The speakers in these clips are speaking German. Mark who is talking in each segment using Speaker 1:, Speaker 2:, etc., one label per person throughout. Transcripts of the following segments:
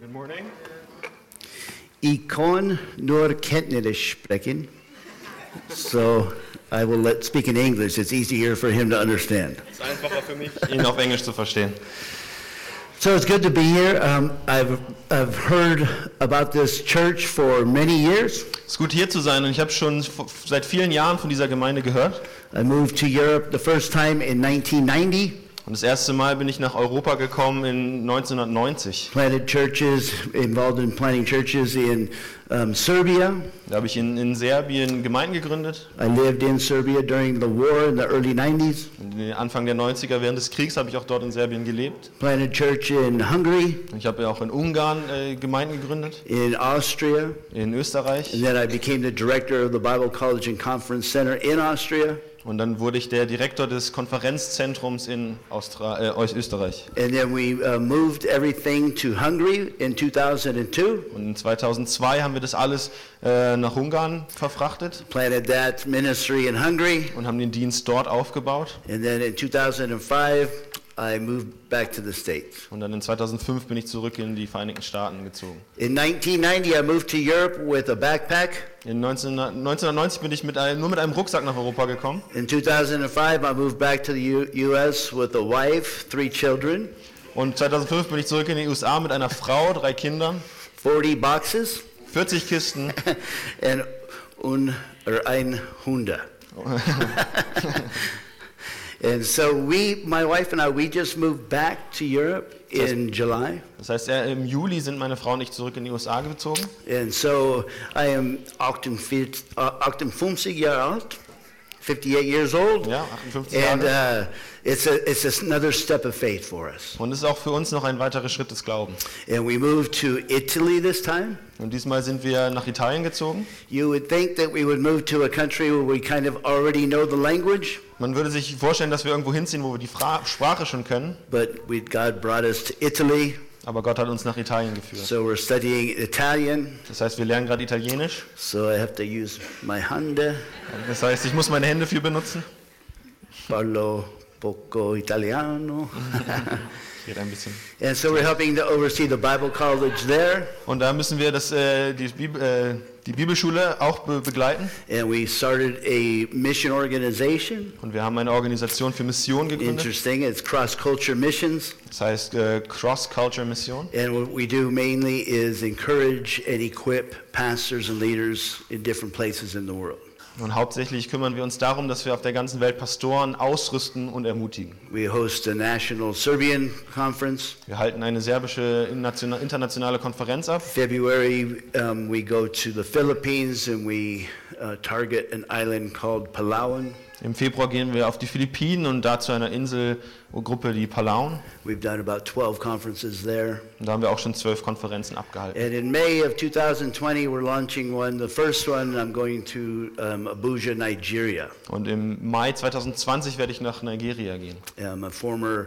Speaker 1: Good morning.
Speaker 2: Ich kann nur Kenntnis sprechen, so I will let speak in English. It's easier for him to understand.
Speaker 1: Es ist einfacher für mich, ihn auf Englisch zu verstehen.
Speaker 2: So it's good to be here. Um, I've I've heard about this church for many years.
Speaker 1: Es ist gut hier zu sein und ich habe schon v- seit vielen Jahren von dieser Gemeinde gehört.
Speaker 2: I moved to Europe the first time in 1990.
Speaker 1: Und das erste Mal bin ich nach Europa gekommen in 1990.
Speaker 2: Planted churches, involved in planting churches in um, Serbia.
Speaker 1: Da habe ich in, in Serbien Gemeinden gegründet.
Speaker 2: I lived in Serbia during the war in the early 90s.
Speaker 1: Und in den Anfang der 90er während des Kriegs habe ich auch dort in Serbien gelebt.
Speaker 2: Planted church in Hungary,
Speaker 1: Und Ich habe ja auch in Ungarn äh, Gemeinden gegründet,
Speaker 2: in Austria.
Speaker 1: in
Speaker 2: And
Speaker 1: Österreich.
Speaker 2: then I became the director of the Bible College and Conference Center in Austria.
Speaker 1: Und dann wurde ich der Direktor des Konferenzzentrums in Austra äh, Ost- Österreich.
Speaker 2: And then we uh, moved everything to Hungary in 2002.
Speaker 1: Und 2002 haben wir das alles äh, nach Ungarn verfrachtet.
Speaker 2: Planted that ministry in Hungary.
Speaker 1: und haben den Dienst dort aufgebaut.
Speaker 2: And then in 2005, I moved back to the States.
Speaker 1: Und dann in 2005 bin ich zurück in die Vereinigten Staaten gezogen.
Speaker 2: In 1990, I moved to Europe with a backpack.
Speaker 1: In 19, 1990 bin ich mit einem, nur mit einem Rucksack nach Europa gekommen.
Speaker 2: In 2005, I moved back to the U- U.S. with a wife, three children,
Speaker 1: Und 2005 bin ich zurück in die USA mit einer Frau, drei Kindern,
Speaker 2: 40 boxes,
Speaker 1: 40 Kisten
Speaker 2: and un or ein Hunde. and so we, my wife and I, we just moved back to Europe in July.
Speaker 1: Das heißt, äh, im Juli sind meine Frau und ich zurück in die USA gezogen.
Speaker 2: And so I am 58 uh, 58 year old, 58 years old.
Speaker 1: Ja, 58
Speaker 2: And
Speaker 1: Jahre.
Speaker 2: uh, it's, a, it's just another step of faith for us.
Speaker 1: Und es ist auch für uns noch ein weiterer Schritt des Glaubens.
Speaker 2: And we moved to Italy this time.
Speaker 1: Und diesmal sind wir nach Italien gezogen.
Speaker 2: You would think that we would move to a country where we kind of already know the language,
Speaker 1: Man würde sich vorstellen, dass wir irgendwo hinziehen, wo wir die Fra Sprache schon können.
Speaker 2: but we, God brought us to Italy.
Speaker 1: Aber Gott hat uns nach Italien geführt.
Speaker 2: So we're studying Italian.
Speaker 1: Das heißt, wir lernen gerade Italienisch.
Speaker 2: So I have to use my Honda.
Speaker 1: Das heißt, ich muss meine Hände viel benutzen.
Speaker 2: Parlo poco italiano.
Speaker 1: Geht ein bisschen.
Speaker 2: and so we're helping to oversee the Bible college there.
Speaker 1: Und da müssen wir das, äh, die, Bibel, äh, die Bibelschule auch be begleiten.
Speaker 2: And we started a mission organization.
Speaker 1: Und wir haben eine Organisation für Mission gegründet.
Speaker 2: Interesting. It's cross culture missions.
Speaker 1: Das heißt äh, Cross-Culture Mission.
Speaker 2: And what we do mainly is encourage and equip pastors and leaders in different places in the world.
Speaker 1: Und hauptsächlich kümmern wir uns darum, dass wir auf der ganzen Welt Pastoren ausrüsten und ermutigen.
Speaker 2: We host a national Serbian conference.
Speaker 1: Wir halten eine serbische nationa- internationale Konferenz ab.
Speaker 2: February, um, we go to the Philippines and we uh, target an island called Palawan.
Speaker 1: Im Februar gehen wir auf die Philippinen und da zu einer Inselgruppe, die Palauen.
Speaker 2: We've done about 12 conferences there.
Speaker 1: Und da haben wir auch schon zwölf Konferenzen abgehalten.
Speaker 2: And in May of 2020, we're launching one. The first one, I'm going to um, Abuja, Nigeria.
Speaker 1: Und im Mai 2020 werde ich nach Nigeria gehen.
Speaker 2: Um, a former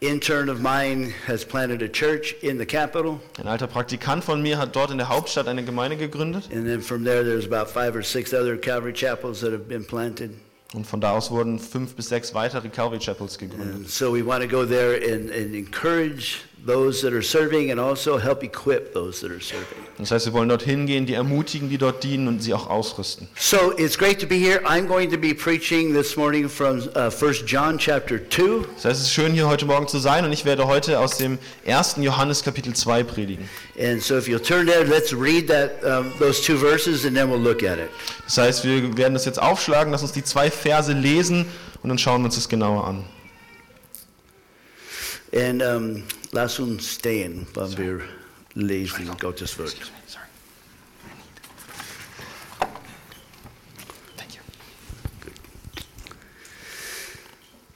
Speaker 2: intern of mine has planted a church in the capital.
Speaker 1: Ein alter Praktikant von mir hat dort in der Hauptstadt eine Gemeinde gegründet
Speaker 2: And then from there, there's about five or six other Calvary chapels that have been planted.
Speaker 1: und von da aus wurden fünf bis sechs weitere Calvary Chapels gegründet.
Speaker 2: And so we want to go there and, and encourage those that are serving and also help equip those that are serving.
Speaker 1: Das heißt, wir wollen dorthin gehen, die ermutigen, die dort dienen und sie auch ausrüsten.
Speaker 2: So it's great to be here. I'm going to be preaching this morning from uh, 1 John chapter 2.
Speaker 1: Das heißt, es ist schön, hier heute Morgen zu sein und ich werde heute aus dem 1. Johannes Kapitel 2 predigen.
Speaker 2: And so if you'll turn there, let's read that, um, those two verses and then we'll look at it.
Speaker 1: Das heißt, wir werden das jetzt aufschlagen, lass uns die zwei Verse lesen und dann schauen wir uns das genauer an.
Speaker 2: And um, lass uns stehen, weil wir lesen Gottes Wort.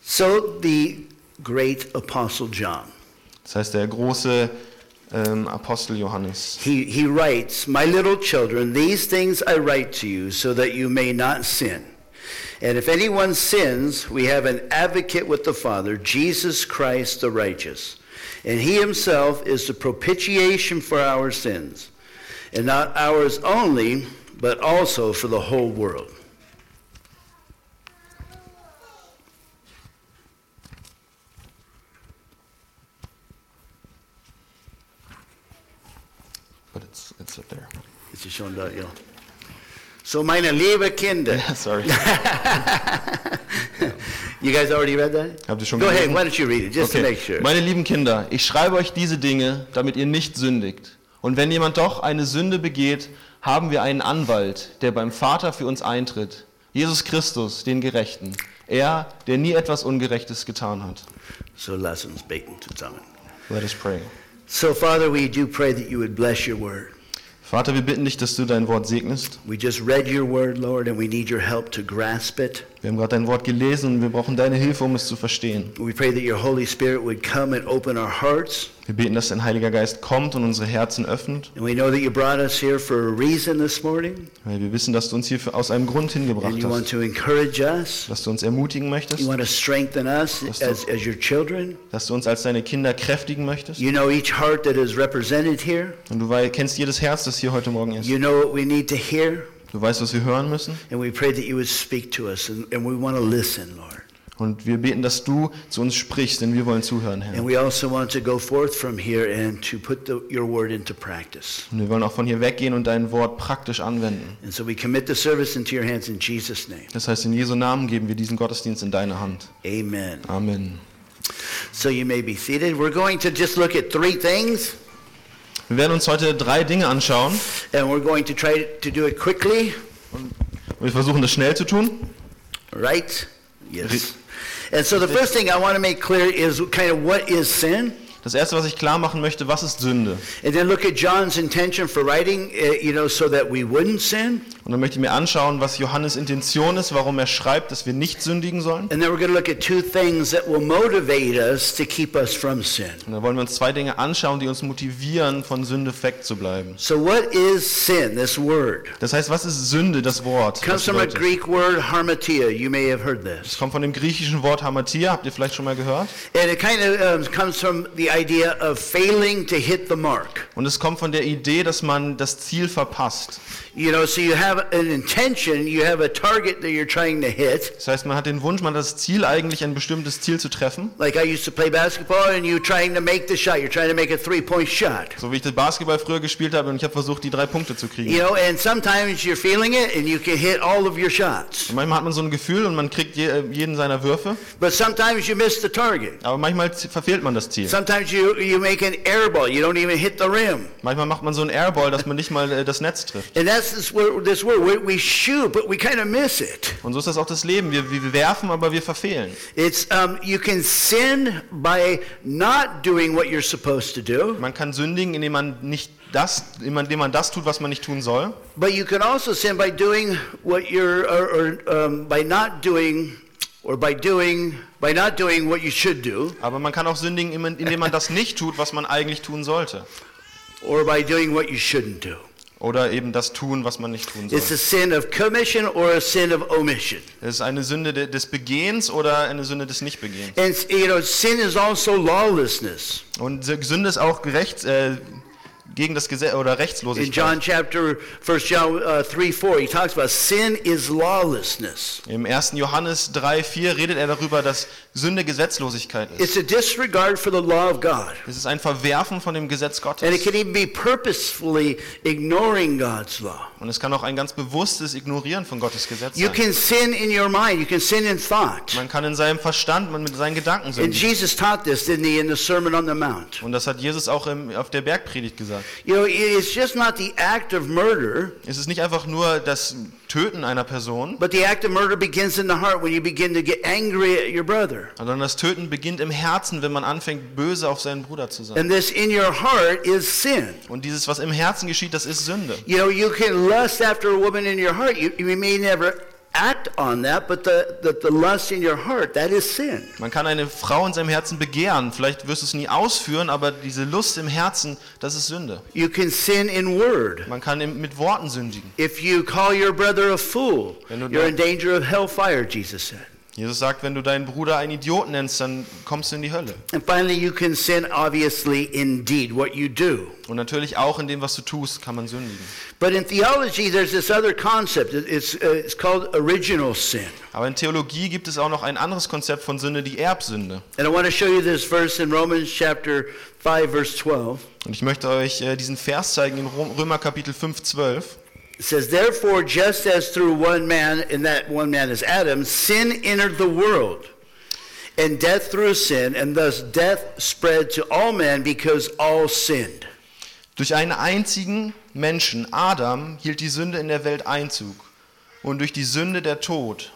Speaker 2: So the great apostle John,
Speaker 1: Das heißt, der große ähm, Apostel Johannes.
Speaker 2: he, he writes, My little children, these things I write to you so that you may not sin. And if anyone sins, we have an advocate with the Father, Jesus Christ the righteous. And he himself is the propitiation for our sins, and not ours only, but also for the whole world.
Speaker 1: but it's it's up there.
Speaker 2: It's just showing that, you know. So, meine liebe Kinder.
Speaker 1: Sorry.
Speaker 2: You guys already read that?
Speaker 1: Habt ihr schon
Speaker 2: Go
Speaker 1: gelesen?
Speaker 2: ahead, why don't you read it, just to
Speaker 1: Okay.
Speaker 2: make sure.
Speaker 1: Meine lieben Kinder, ich schreibe euch diese Dinge, damit ihr nicht sündigt. Und wenn jemand doch eine Sünde begeht, haben wir einen Anwalt, der beim Vater für uns eintritt. Jesus Christus, den Gerechten. Er, der nie etwas Ungerechtes getan hat.
Speaker 2: So, lass uns beten zusammen.
Speaker 1: Let us pray.
Speaker 2: So, Father, we do pray that you would bless your word.
Speaker 1: Vater, wir bitten dich, dass du dein Wort segnest.
Speaker 2: We just read your word, Lord, and we need your help to grasp it.
Speaker 1: Wir haben gerade dein Wort gelesen und wir brauchen deine Hilfe, um es zu verstehen.
Speaker 2: We pray that your Holy Spirit would come and open our hearts.
Speaker 1: Wir beten, dass dein Heiliger Geist kommt und unsere Herzen öffnet,
Speaker 2: And we know that you brought us here für a reason this morning.
Speaker 1: weil wir wissen, dass du uns hier für, aus einem Grund
Speaker 2: And
Speaker 1: hingebracht
Speaker 2: you want
Speaker 1: hast,
Speaker 2: to encourage us.
Speaker 1: dass du uns ermutigen
Speaker 2: You
Speaker 1: möchtest,
Speaker 2: want to strengthen us
Speaker 1: Dass du-
Speaker 2: as, as your children.
Speaker 1: dass du uns als deine Kinder kräftigen möchtest.
Speaker 2: You know each heart that is represented here.
Speaker 1: Und du wei- kennst jedes Herz, das hier heute Morgen ist.
Speaker 2: You know what we need to hear.
Speaker 1: Du weißt, was wir hören müssen.
Speaker 2: And we pray that you would speak to us. And, and we want to listen, Lord.
Speaker 1: Und wir beten, dass du zu uns sprichst, denn wir wollen zuhören, Herr.
Speaker 2: And we also want to go forth from here and to put the, your word into practice.
Speaker 1: Und wir wollen auch von hier weggehen und dein Wort praktisch anwenden.
Speaker 2: And so we commit the service into your hands in Jesus' name.
Speaker 1: Das heißt, in Jesu Namen geben wir diesen Gottesdienst in deine Hand.
Speaker 2: Amen.
Speaker 1: Amen.
Speaker 2: So you may be seated. We're going to just look at three things,
Speaker 1: Wir werden uns heute drei Dinge anschauen
Speaker 2: and we're going to try to do it quickly,
Speaker 1: und wir versuchen das schnell zu tun.
Speaker 2: right? Yes. And so the first thing I want to make clear is kind of what is sin,
Speaker 1: Das Erste, was ich klar machen möchte, was ist Sünde?
Speaker 2: and then look at John's intention for writing, uh, you know, so that we wouldn't sin.
Speaker 1: Und dann möchte ich mir anschauen, was Johannes Intention ist, warum er schreibt, dass wir nicht sündigen sollen.
Speaker 2: And then we're going to look at two things that will motivate us to keep us from sin.
Speaker 1: Und dann wollen wir uns zwei Dinge anschauen, die uns motivieren, von Sünde wegzubleiben.
Speaker 2: So what is sin? This word
Speaker 1: Das heißt, was ist Sünde, das Wort? Das
Speaker 2: comes from a
Speaker 1: bedeutet-
Speaker 2: Greek word harmatia. You may have heard this.
Speaker 1: Es kommt von dem griechischen Wort Hamatia, habt ihr vielleicht schon mal gehört?
Speaker 2: And it kind of um, comes from the idea of failing to hit the mark.
Speaker 1: Und es kommt von der Idee, dass man das Ziel verpasst.
Speaker 2: You know, so you have an intention, you have a target that you're trying to hit.
Speaker 1: Das heißt, man hat den Wunsch, man hat das Ziel eigentlich, ein bestimmtes Ziel zu treffen.
Speaker 2: Like I used to play basketball, and you're trying to make the shot. You're trying to make a three-point shot.
Speaker 1: So wie ich das Basketball früher gespielt habe und ich habe versucht, die drei Punkte zu kriegen.
Speaker 2: You know, and sometimes you're feeling it, and you can hit all of your shots.
Speaker 1: Und manchmal hat man so ein Gefühl und man kriegt je, äh, jeden seiner Würfe,
Speaker 2: But sometimes you miss the target.
Speaker 1: aber manchmal z- verfehlt man das Ziel.
Speaker 2: Sometimes you you make an air ball. You don't even hit the rim.
Speaker 1: Manchmal macht man so einen Airball, dass man nicht mal äh, das Netz trifft.
Speaker 2: And that's this word. This word we, we shoot, but we kind of miss it.
Speaker 1: Und so ist das auch das Leben. Wir, wir werfen, aber wir verfehlen.
Speaker 2: It's um, you can sin by not doing what you're supposed to do,
Speaker 1: Man kann sündigen, indem man nicht das, indem man das tut, was man nicht tun soll.
Speaker 2: but you can also sin by doing what you're or, or um, by not doing or by doing by not doing what you should do
Speaker 1: Aber man kann auch sündigen, im- indem man das nicht tut, was man eigentlich tun sollte.
Speaker 2: or by doing what you shouldn't do.
Speaker 1: Oder eben das tun, was man nicht tun soll.
Speaker 2: It's a sin of commission or a sin of omission.
Speaker 1: Es ist eine Sünde de- des Begehens oder eine Sünde des Nichtbegehens.
Speaker 2: And you know, sin is also lawlessness.
Speaker 1: Und Sünde ist auch gerecht, äh, gegen das Gesetz oder
Speaker 2: In John
Speaker 1: Rechtslosigkeit.
Speaker 2: chapter First John uh, three four, he talks about sin is lawlessness.
Speaker 1: Im 1. Johannes 3, 4 redet er darüber, dass Sünde Gesetzlosigkeit ist.
Speaker 2: It's a disregard for the law of God.
Speaker 1: Es ist ein Verwerfen von dem Gesetz
Speaker 2: And it
Speaker 1: Gottes.
Speaker 2: can even be purposefully ignoring God's law.
Speaker 1: Und es kann auch ein ganz bewusstes Ignorieren von Gottes Gesetz
Speaker 2: You
Speaker 1: sein.
Speaker 2: can sin in your mind, you can sin in thought.
Speaker 1: Man kann in seinem Verstand, man mit seinen Gedanken
Speaker 2: And
Speaker 1: sündigen.
Speaker 2: Jesus taught this, didn't he, in the Sermon on the Mount?
Speaker 1: Und das hat Jesus auch im, auf der Bergpredigt gesagt.
Speaker 2: You know, it's just not the act of murder,
Speaker 1: Es ist nicht einfach nur das Töten einer Person,
Speaker 2: but the act of murder begins in the heart when you begin to get angry at your brother.
Speaker 1: sondern das Töten beginnt im Herzen, wenn man anfängt, böse auf seinen Bruder zu sein.
Speaker 2: And this in your heart is sin.
Speaker 1: Und dieses, was im Herzen geschieht, das ist Sünde.
Speaker 2: You know, you can lust after a woman in your heart. You, you may never act on that, but the, the, the lust in your heart, that is sin.
Speaker 1: Man kann eine Frau in seinem Herzen begehren. Vielleicht wirst du es nie ausführen, aber diese Lust im Herzen, das ist Sünde.
Speaker 2: You can sin in word.
Speaker 1: Man kann im- mit Worten sündigen.
Speaker 2: If you call your brother a fool,
Speaker 1: Wenn du
Speaker 2: you're
Speaker 1: da-
Speaker 2: in danger of hellfire, Jesus said.
Speaker 1: Jesus sagt, wenn du deinen Bruder einen Idioten nennst, dann kommst du in die Hölle.
Speaker 2: And finally, you can sin, obviously, indeed, what you do.
Speaker 1: Und natürlich auch in dem, was du tust, kann man sündigen.
Speaker 2: But in theology, there's this other concept. It- It's, uh, it's called original sin.
Speaker 1: Aber in Theologie gibt es auch noch ein anderes Konzept von Sünde, die Erbsünde.
Speaker 2: And I want to show you this verse in Romans chapter 5, verse 12.
Speaker 1: Und ich möchte euch äh, diesen Vers zeigen in Rom- Römer Kapitel 5, 12.
Speaker 2: It says, Therefore, just as through one man, and that one man is Adam, sin entered the world, and death through sin, and thus death spread to all men because all sinned.
Speaker 1: Durch einen einzigen Menschen, Adam, hielt die Sünde in der Welt Einzug. Und durch die Sünde der Tod.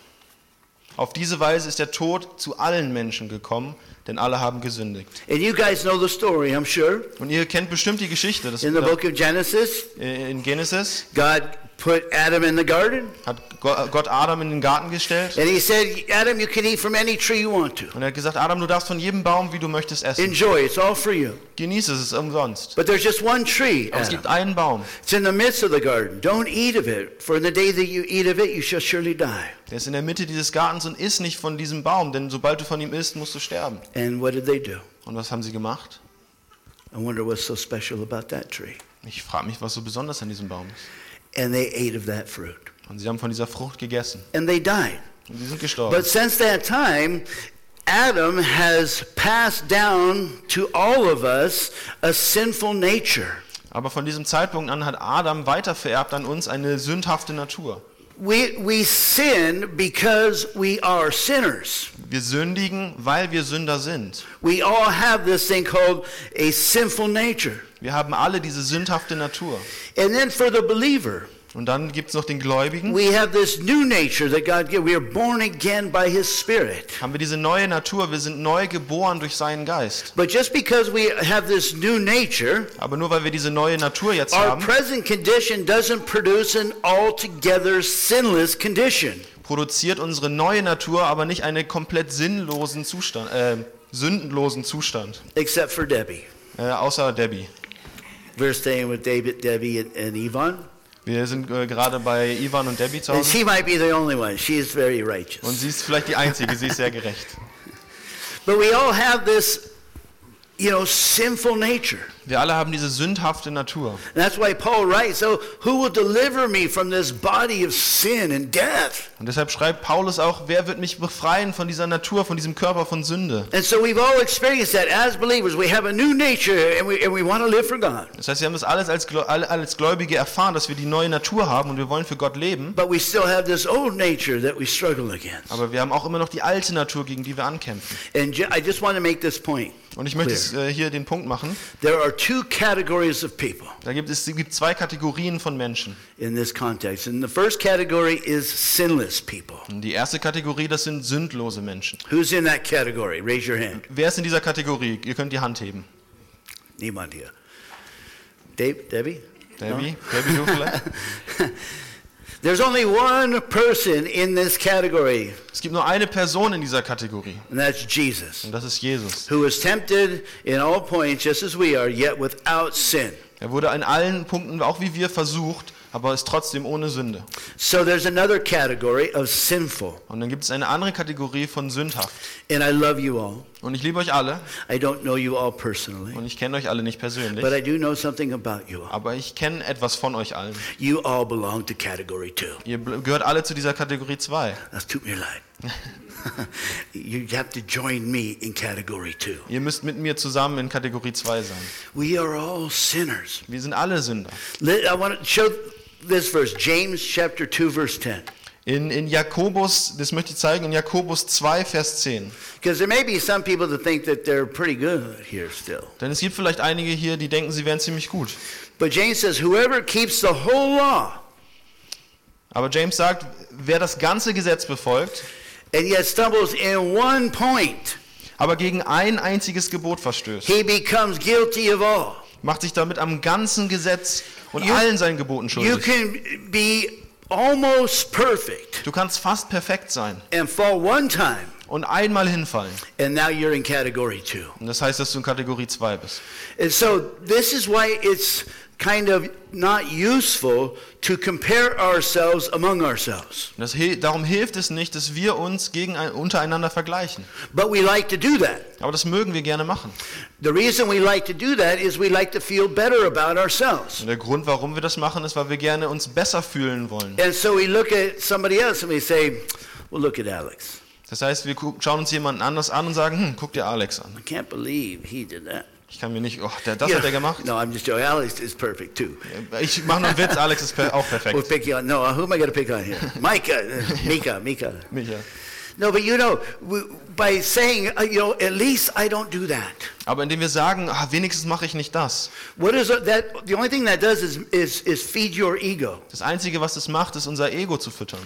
Speaker 1: Auf diese Weise ist der Tod zu allen Menschen gekommen, denn alle haben gesündigt.
Speaker 2: And you guys know the story, I'm sure.
Speaker 1: Und ihr kennt bestimmt die Geschichte. Das
Speaker 2: In the book of Genesis,
Speaker 1: äh, in Genesis
Speaker 2: God put Adam in the garden,
Speaker 1: hat Go- Gott Adam in den Garten gestellt.
Speaker 2: and he said, Adam, you can eat from any tree you want to.
Speaker 1: Und er hat gesagt, Adam, du darfst von jedem Baum, wie du möchtest, essen.
Speaker 2: Enjoy, it's all for you.
Speaker 1: Genieße es, es ist umsonst.
Speaker 2: But there's just one tree.
Speaker 1: Aber es
Speaker 2: Adam.
Speaker 1: gibt einen Baum,
Speaker 2: It's in the midst of the garden. Don't eat of it, for in the day that you eat of it, you shall surely die.
Speaker 1: der ist in der Mitte dieses Gartens und isst nicht von diesem Baum, denn sobald du von ihm isst, musst du sterben.
Speaker 2: And what did they do?
Speaker 1: Und was haben sie gemacht?
Speaker 2: I wonder what's so special about that tree.
Speaker 1: Ich frage mich, was so besonders an diesem Baum ist.
Speaker 2: And they ate of that fruit.
Speaker 1: Und sie haben von dieser Frucht gegessen
Speaker 2: And they died.
Speaker 1: und sie sind gestorben.
Speaker 2: But since that time, Adam has passed down to all of us a sinful nature.
Speaker 1: Aber von diesem Zeitpunkt an hat Adam weitervererbt an uns eine sündhafte Natur.
Speaker 2: We, we sin because we are sinners.
Speaker 1: Wir sündigen, weil wir Sünder sind.
Speaker 2: We all have this thing called a sinful nature.
Speaker 1: Wir haben alle diese sündhafte Natur.
Speaker 2: And then for the believer,
Speaker 1: Und dann gibt es noch den Gläubigen.
Speaker 2: we have this new nature that God gives. We are born again by His Spirit.
Speaker 1: Haben wir diese neue Natur. Wir sind neu geboren durch seinen Geist.
Speaker 2: But just because we have this new nature,
Speaker 1: Aber nur weil wir diese neue Natur jetzt
Speaker 2: Our
Speaker 1: haben,
Speaker 2: present condition doesn't produce an altogether sinless condition.
Speaker 1: produziert unsere neue Natur aber nicht einen komplett sinnlosen Zustand, äh, sündenlosen Zustand.
Speaker 2: Except for Debbie.
Speaker 1: Äh, außer Debbie.
Speaker 2: We're staying with David, Debbie, and, and Yvonne.
Speaker 1: Wir sind äh, gerade bei Ivan und Debbie zu
Speaker 2: And
Speaker 1: Hause.
Speaker 2: she might be the only one. She is very
Speaker 1: Und
Speaker 2: righteous.
Speaker 1: sie ist vielleicht die Einzige, sie ist sehr gerecht.
Speaker 2: But we all have this, you know, sinful nature.
Speaker 1: Wir alle haben diese sündhafte Natur.
Speaker 2: And that's why Paul writes, So who will deliver me from this body of sin and death?
Speaker 1: Und deshalb schreibt Paulus auch, wer wird mich befreien von dieser Natur, von diesem Körper von Sünde?
Speaker 2: And so we've all experienced that as believers. We have a new nature and we, and we want to live for God.
Speaker 1: Das heißt, wir haben das alles als, Gläu- alle- als Gläubige erfahren, dass wir die neue Natur haben und wir wollen für Gott leben.
Speaker 2: But we still have this old nature that we struggle against.
Speaker 1: Aber wir haben auch immer noch die alte Natur, gegen die wir ankämpfen.
Speaker 2: And ju- I just want to make this point.
Speaker 1: Und ich möchte
Speaker 2: clear.
Speaker 1: es, äh, hier den Punkt machen.
Speaker 2: There are two categories of people
Speaker 1: Da gibt es gibt zwei Kategorien von Menschen.
Speaker 2: in this context. And the first category is sinless people.
Speaker 1: Und die erste Kategorie, das sind sündlose Menschen.
Speaker 2: Who's in that category? Raise your hand.
Speaker 1: Wer ist in dieser Kategorie? Ihr könnt die Hand heben.
Speaker 2: Niemand here. Dave, Debbie?
Speaker 1: Debbie, Debbie, du vielleicht?
Speaker 2: There's only one person in this category,
Speaker 1: Es gibt nur eine Person in dieser Kategorie.
Speaker 2: and that's Jesus,
Speaker 1: Und das ist Jesus.
Speaker 2: who was tempted in all points just as we are, yet without sin.
Speaker 1: Er wurde in allen Punkten, auch wie wir, versucht, aber ist trotzdem ohne Sünde.
Speaker 2: So there's another category of sinful.
Speaker 1: Und dann gibt es eine andere Kategorie von sündhaft.
Speaker 2: And I love you all.
Speaker 1: Und ich liebe euch alle
Speaker 2: I don't know you all personally,
Speaker 1: und ich kenne euch alle nicht
Speaker 2: but
Speaker 1: persönlich,
Speaker 2: I do know something about you all.
Speaker 1: aber ich kenne etwas von euch allen.
Speaker 2: You all belong to category two.
Speaker 1: Ihr bl- gehört alle zu dieser Kategorie 2.
Speaker 2: Das tut mir leid. you have to join me in category two.
Speaker 1: Ihr müsst mit mir zusammen in Kategorie 2 sein.
Speaker 2: We are all sinners.
Speaker 1: Wir sind alle Sünder.
Speaker 2: Let- I want to show this verse, James chapter 2, verse 10.
Speaker 1: In, in Jakobus, das möchte ich zeigen, in Jakobus 2, Vers 10.
Speaker 2: Because there may be some people that think that they're pretty good here still.
Speaker 1: Denn es gibt vielleicht einige hier, die denken, sie wären ziemlich gut.
Speaker 2: But James says, whoever keeps the whole law
Speaker 1: Aber James sagt, wer das ganze Gesetz befolgt,
Speaker 2: and yet stumbles in one point,
Speaker 1: aber gegen ein einziges Gebot verstößt,
Speaker 2: he becomes guilty of all.
Speaker 1: macht sich damit am ganzen Gesetz und
Speaker 2: You-
Speaker 1: allen seinen Geboten
Speaker 2: You
Speaker 1: schuldig.
Speaker 2: can be almost perfect
Speaker 1: Du kannst fast perfekt sein
Speaker 2: and fall one time,
Speaker 1: und einmal hinfallen.
Speaker 2: and now you're in category two.
Speaker 1: Und das heißt, dass du in Kategorie 2 bist.
Speaker 2: And so this is why it's kind of not useful to compare ourselves among ourselves.
Speaker 1: Und das, hil- darum hilft es nicht, dass wir uns gegen, ein- untereinander vergleichen.
Speaker 2: But we like to do that.
Speaker 1: Aber das mögen wir gerne machen.
Speaker 2: The reason we like to do that is we like to feel better about ourselves.
Speaker 1: Und der Grund, warum wir das machen, ist, weil wir gerne uns besser fühlen wollen.
Speaker 2: And so we look at somebody else and we say, well, look at Alex.
Speaker 1: Das heißt, wir gu- schauen uns jemanden anders an und sagen, hm, guck dir Alex an.
Speaker 2: I can't believe he did that.
Speaker 1: Ich kann mir nicht, oh, der, das
Speaker 2: You
Speaker 1: hat er
Speaker 2: know,
Speaker 1: gemacht.
Speaker 2: No, I'm just joking. Alex is perfect too.
Speaker 1: Ich mache nur einen Witz, Alex ist per auch
Speaker 2: We'll
Speaker 1: perfekt.
Speaker 2: pick you on. No, who am I going to pick on here? Micah, uh, Mika, Mika.
Speaker 1: Micha.
Speaker 2: No, but you know, we, by saying, uh, you know, at least I don't do that.
Speaker 1: Aber indem wir sagen, ah, wenigstens mache ich nicht das.
Speaker 2: What is it that? The only thing that does is is is feed your ego.
Speaker 1: Das Einzige, was das macht, ist unser Ego zu füttern.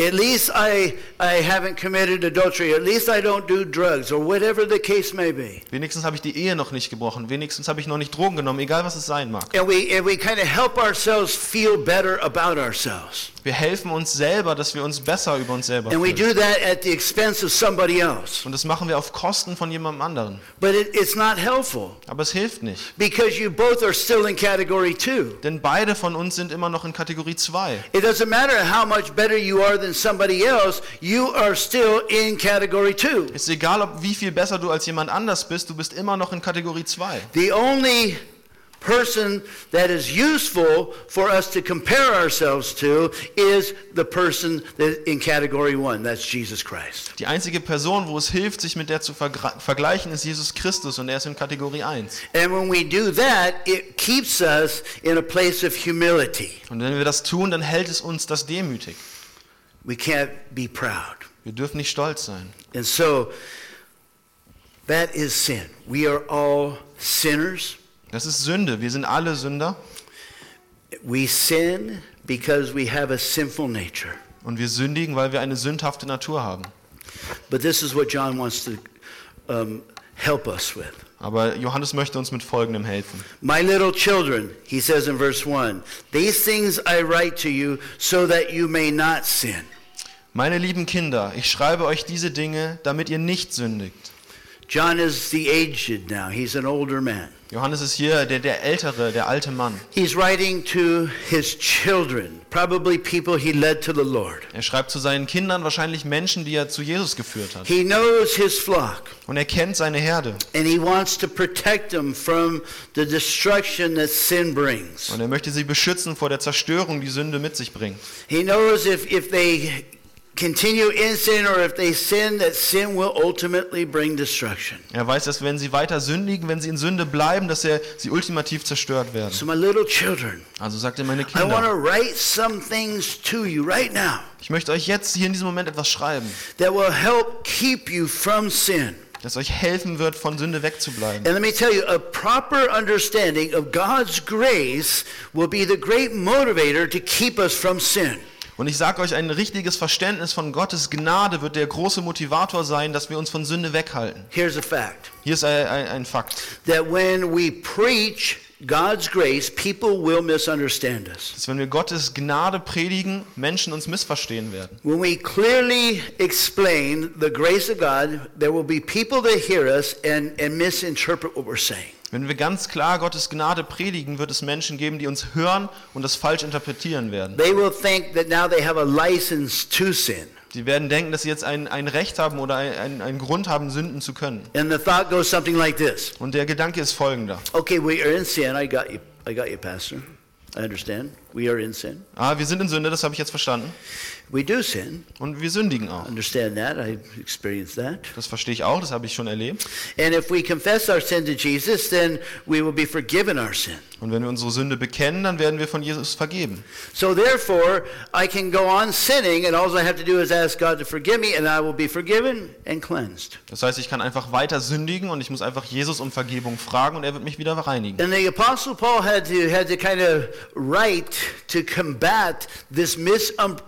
Speaker 2: At least I I haven't committed adultery. At least I don't do drugs or whatever the case may be.
Speaker 1: Wenigstens habe ich die Ehe noch nicht gebrochen. Wenigstens habe ich noch nicht Drogen genommen, egal was es sein mag.
Speaker 2: And we and we kind of help ourselves feel better about ourselves.
Speaker 1: Wir helfen uns selber, dass wir uns besser über uns selber
Speaker 2: And we
Speaker 1: fühlen.
Speaker 2: do that at the expense of somebody else.
Speaker 1: Und das machen wir auf Kosten von jemandem anderen.
Speaker 2: But it, it's not helpful
Speaker 1: Aber es hilft nicht.
Speaker 2: because you both are still in category two.
Speaker 1: Denn beide von uns sind immer noch in Kategorie 2.
Speaker 2: It doesn't matter how much better you are than somebody else, you are still in category two.
Speaker 1: Ist egal, ob wie viel besser du als jemand anders bist, du bist immer noch in Kategorie 2.
Speaker 2: The only person that is useful for us to compare ourselves to is the person that in category one. That's Jesus Christ.
Speaker 1: Die einzige Person, wo es hilft, sich mit der zu vergra- vergleichen, ist Jesus Christus und er ist in Kategorie 1.
Speaker 2: And when we do that, it keeps us in a place of humility.
Speaker 1: Und wenn wir das tun, dann hält es uns das demütig.
Speaker 2: We can't be proud.
Speaker 1: Wir dürfen nicht stolz sein.
Speaker 2: And so that is sin. We are all sinners.
Speaker 1: Das ist Sünde. Wir sind alle Sünder
Speaker 2: We sin because we have a sinful nature.
Speaker 1: und wir sündigen, weil wir eine sündhafte Natur haben.
Speaker 2: But this is what John wants to um, help us with.
Speaker 1: Aber Johannes möchte uns mit Folgendem helfen.
Speaker 2: My little children, he says in verse 1, these things I write to you so that you may not sin.
Speaker 1: Meine lieben Kinder, ich schreibe euch diese Dinge, damit ihr nicht sündigt.
Speaker 2: John is the aged now, he's an older man.
Speaker 1: Johannes ist hier der, der ältere, der alte Mann.
Speaker 2: He's writing to his children, probably people he led to the Lord.
Speaker 1: Er schreibt zu seinen Kindern wahrscheinlich Menschen, die er zu Jesus geführt hat.
Speaker 2: He knows his flock,
Speaker 1: Und er kennt seine Herde.
Speaker 2: and he wants to protect them from the destruction that sin brings.
Speaker 1: Und er möchte sie beschützen vor der Zerstörung, die Sünde mit sich bringt.
Speaker 2: He knows if, if they continue in sin or if they sin, that sin will ultimately bring destruction.
Speaker 1: Er weiß, dass wenn sie weiter sündigen, wenn sie in Sünde bleiben, dass er sie ultimativ zerstört werden.
Speaker 2: So, my little children,
Speaker 1: Also sagt er meine
Speaker 2: I want to
Speaker 1: Kinder,
Speaker 2: write some things to you right now
Speaker 1: ich möchte euch jetzt hier in diesem Moment etwas schreiben,
Speaker 2: that will help keep you from sin.
Speaker 1: das euch helfen wird, von Sünde wegzubleiben.
Speaker 2: And let me tell you, a proper understanding of God's grace will be the great motivator to keep us from sin.
Speaker 1: Und ich sage euch, ein richtiges Verständnis von Gottes Gnade wird der große Motivator sein, dass wir uns von Sünde weghalten.
Speaker 2: Here's a fact
Speaker 1: Hier ist ein, ein, ein Fakt,
Speaker 2: that when we preach God's grace, people will misunderstand us.
Speaker 1: dass wenn wir Gottes Gnade predigen, Menschen uns missverstehen werden.
Speaker 2: When we clearly explain the grace of God, there will be people that hear us and, and misinterpret what we're saying.
Speaker 1: Wenn wir ganz klar Gottes Gnade predigen, wird es Menschen geben, die uns hören und das falsch interpretieren werden.
Speaker 2: They will think that now they have a license to sin.
Speaker 1: Sie werden denken, dass sie jetzt ein, ein Recht haben oder ein- ein, einen Grund haben, Sünden zu können.
Speaker 2: And the thought goes something like this
Speaker 1: Und der Gedanke ist folgender.
Speaker 2: Okay, we are in sin. I got you. I got you, Pastor. I understand. We are in sin.
Speaker 1: Ah, wir sind in Sünde, das habe ich jetzt verstanden.
Speaker 2: We do sin.
Speaker 1: Und wir sündigen auch.
Speaker 2: Understand that. I've experienced that.
Speaker 1: Das verstehe ich auch, das habe ich schon erlebt.
Speaker 2: And if we confess our sin to Jesus, then we will be forgiven our sin.
Speaker 1: Und wenn wir unsere Sünde bekennen, dann werden wir von Jesus vergeben.
Speaker 2: So therefore, I can go on sinning, and all I have to do is ask God to forgive me, and I will be forgiven and cleansed.
Speaker 1: Das heißt, ich kann einfach weiter sündigen und ich muss einfach Jesus um Vergebung fragen und er wird mich wieder reinigen.
Speaker 2: And the Apostle Paul had to, had to kind of write to combat this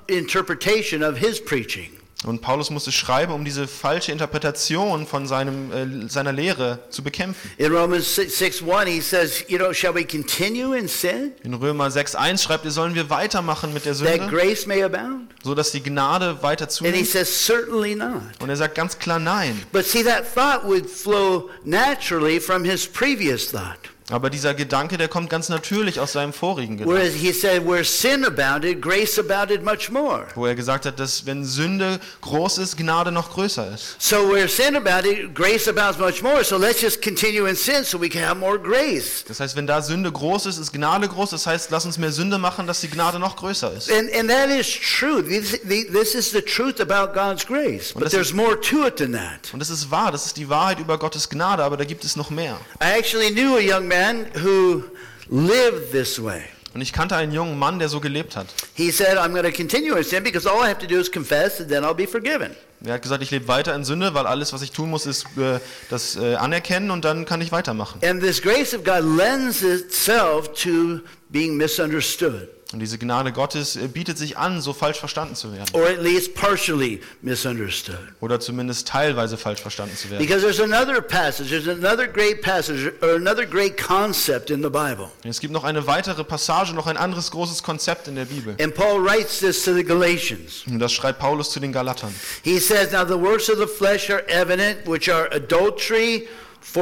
Speaker 2: misinterpretation of his preaching.
Speaker 1: Und Paulus musste schreiben, um diese falsche Interpretation von seinem, äh, seiner Lehre zu bekämpfen.
Speaker 2: In Romans 6, 6 1, he says, You know, shall we continue in sin
Speaker 1: In Römer 6,1 schreibt er, sollen wir weitermachen mit der
Speaker 2: that
Speaker 1: Sünde,
Speaker 2: grace may abound?
Speaker 1: sodass die Gnade weiter
Speaker 2: And he
Speaker 1: zunimmt?
Speaker 2: says, Certainly not.
Speaker 1: Und er sagt ganz klar Nein.
Speaker 2: But see, that thought would flow naturally from his previous thought.
Speaker 1: Aber dieser Gedanke, der kommt ganz natürlich aus seinem vorigen Gedanken,
Speaker 2: Whereas he said, where sin abounded, grace abounded much more.
Speaker 1: wo er gesagt hat, dass wenn Sünde groß ist, Gnade noch größer ist.
Speaker 2: So where sin abounded, grace abounds much more. So let's just continue in sin so we can have more grace.
Speaker 1: Das heißt, wenn da Sünde groß ist, ist Gnade groß. Das heißt, lass uns mehr Sünde machen, dass die Gnade noch größer ist.
Speaker 2: And, and that is true. This, the- this is the truth about God's grace. But
Speaker 1: this-
Speaker 2: there's more to it than that.
Speaker 1: Und das ist wahr, das ist die Wahrheit über Gottes Gnade, aber da gibt es noch mehr.
Speaker 2: I actually knew a young man who lived this way.
Speaker 1: Und ich kannte einen jungen Mann, der so gelebt hat.
Speaker 2: He said, I'm going to continue in sin because all I have to do is confess and then I'll be forgiven.
Speaker 1: Er hat gesagt, ich lebe weiter in Sünde, weil alles, was ich tun muss, ist äh, das äh, anerkennen und dann kann ich weitermachen.
Speaker 2: And this grace of God lends itself to being misunderstood,
Speaker 1: Und diese Gnade Gottes äh, bietet sich an, so falsch verstanden zu werden.
Speaker 2: or at least partially misunderstood.
Speaker 1: Oder zumindest teilweise falsch verstanden zu werden.
Speaker 2: Because there's another passage, there's another great passage, or another great concept in the Bible.
Speaker 1: Es gibt noch eine weitere Passage, noch ein anderes großes Konzept in der Bibel.
Speaker 2: And Paul writes this to the Galatians.
Speaker 1: Und das schreibt Paulus zu den Galatern.
Speaker 2: He says, Now the works of the flesh are evident, which are adultery,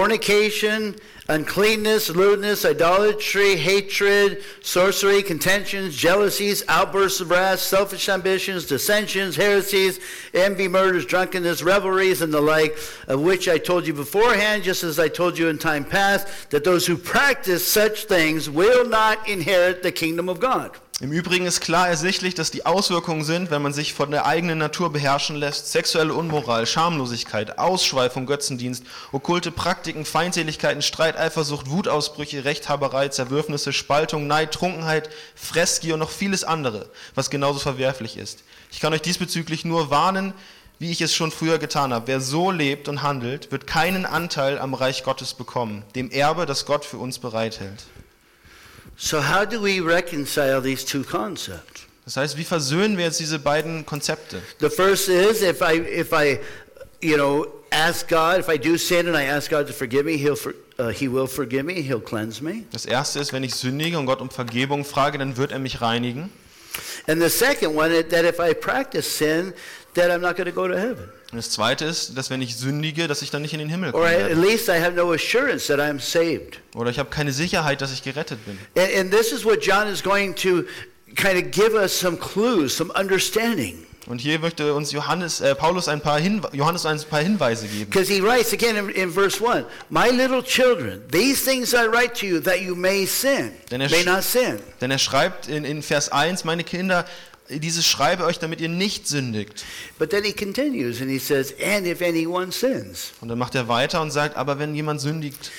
Speaker 2: fornication, uncleanness, lewdness, idolatry, hatred, sorcery, contentions, jealousies, outbursts of wrath, selfish ambitions, dissensions, heresies, envy, murders, drunkenness, revelries, and the like, of which I told you beforehand, just as I told you in time past, that those who practice such things will not inherit the kingdom of God.
Speaker 1: Im Übrigen ist klar ersichtlich, dass die Auswirkungen sind, wenn man sich von der eigenen Natur beherrschen lässt, sexuelle Unmoral, Schamlosigkeit, Ausschweifung, Götzendienst, okkulte Praktiken, Feindseligkeiten, Streit, Eifersucht, Wutausbrüche, Rechthaberei, Zerwürfnisse, Spaltung, Neid, Trunkenheit, Freski und noch vieles andere, was genauso verwerflich ist. Ich kann euch diesbezüglich nur warnen, wie ich es schon früher getan habe. Wer so lebt und handelt, wird keinen Anteil am Reich Gottes bekommen, dem Erbe, das Gott für uns bereithält.
Speaker 2: So, how do we reconcile these two concepts?
Speaker 1: Das heißt, wie versöhnen wir jetzt diese beiden Konzepte?
Speaker 2: The first is if I if I, you know, ask God if I do sin and I ask God to forgive me, He'll for, uh, He will forgive me. He'll cleanse me.
Speaker 1: Das erste ist, wenn ich sündige und Gott um Vergebung frage, dann wird er mich reinigen.
Speaker 2: And the second one is that if I practice sin, that I'm not going to go to heaven,
Speaker 1: Und das zweite ist, dass wenn ich sündige, dass ich dann nicht in den Himmel
Speaker 2: or
Speaker 1: komme.
Speaker 2: I, at least I have no assurance that I'm saved.
Speaker 1: Oder ich habe keine Sicherheit, dass ich gerettet bin.
Speaker 2: And, and this is what John is going to kind of give us some clues, some understanding,
Speaker 1: Und hier möchte uns Johannes, äh, Paulus ein paar Hinwe Johannes ein paar Hinweise geben.
Speaker 2: because he writes again in, in verse one, "My little children, these things I write to you that you may sin,
Speaker 1: Then I
Speaker 2: may
Speaker 1: sh-
Speaker 2: not sin."
Speaker 1: Denn er schreibt in, in Vers 1, meine Kinder, dieses schreibe euch, damit ihr nicht sündigt.
Speaker 2: But then he continues and he says, And if anyone sins.
Speaker 1: Und dann macht er weiter und sagt, aber wenn jemand sündigt,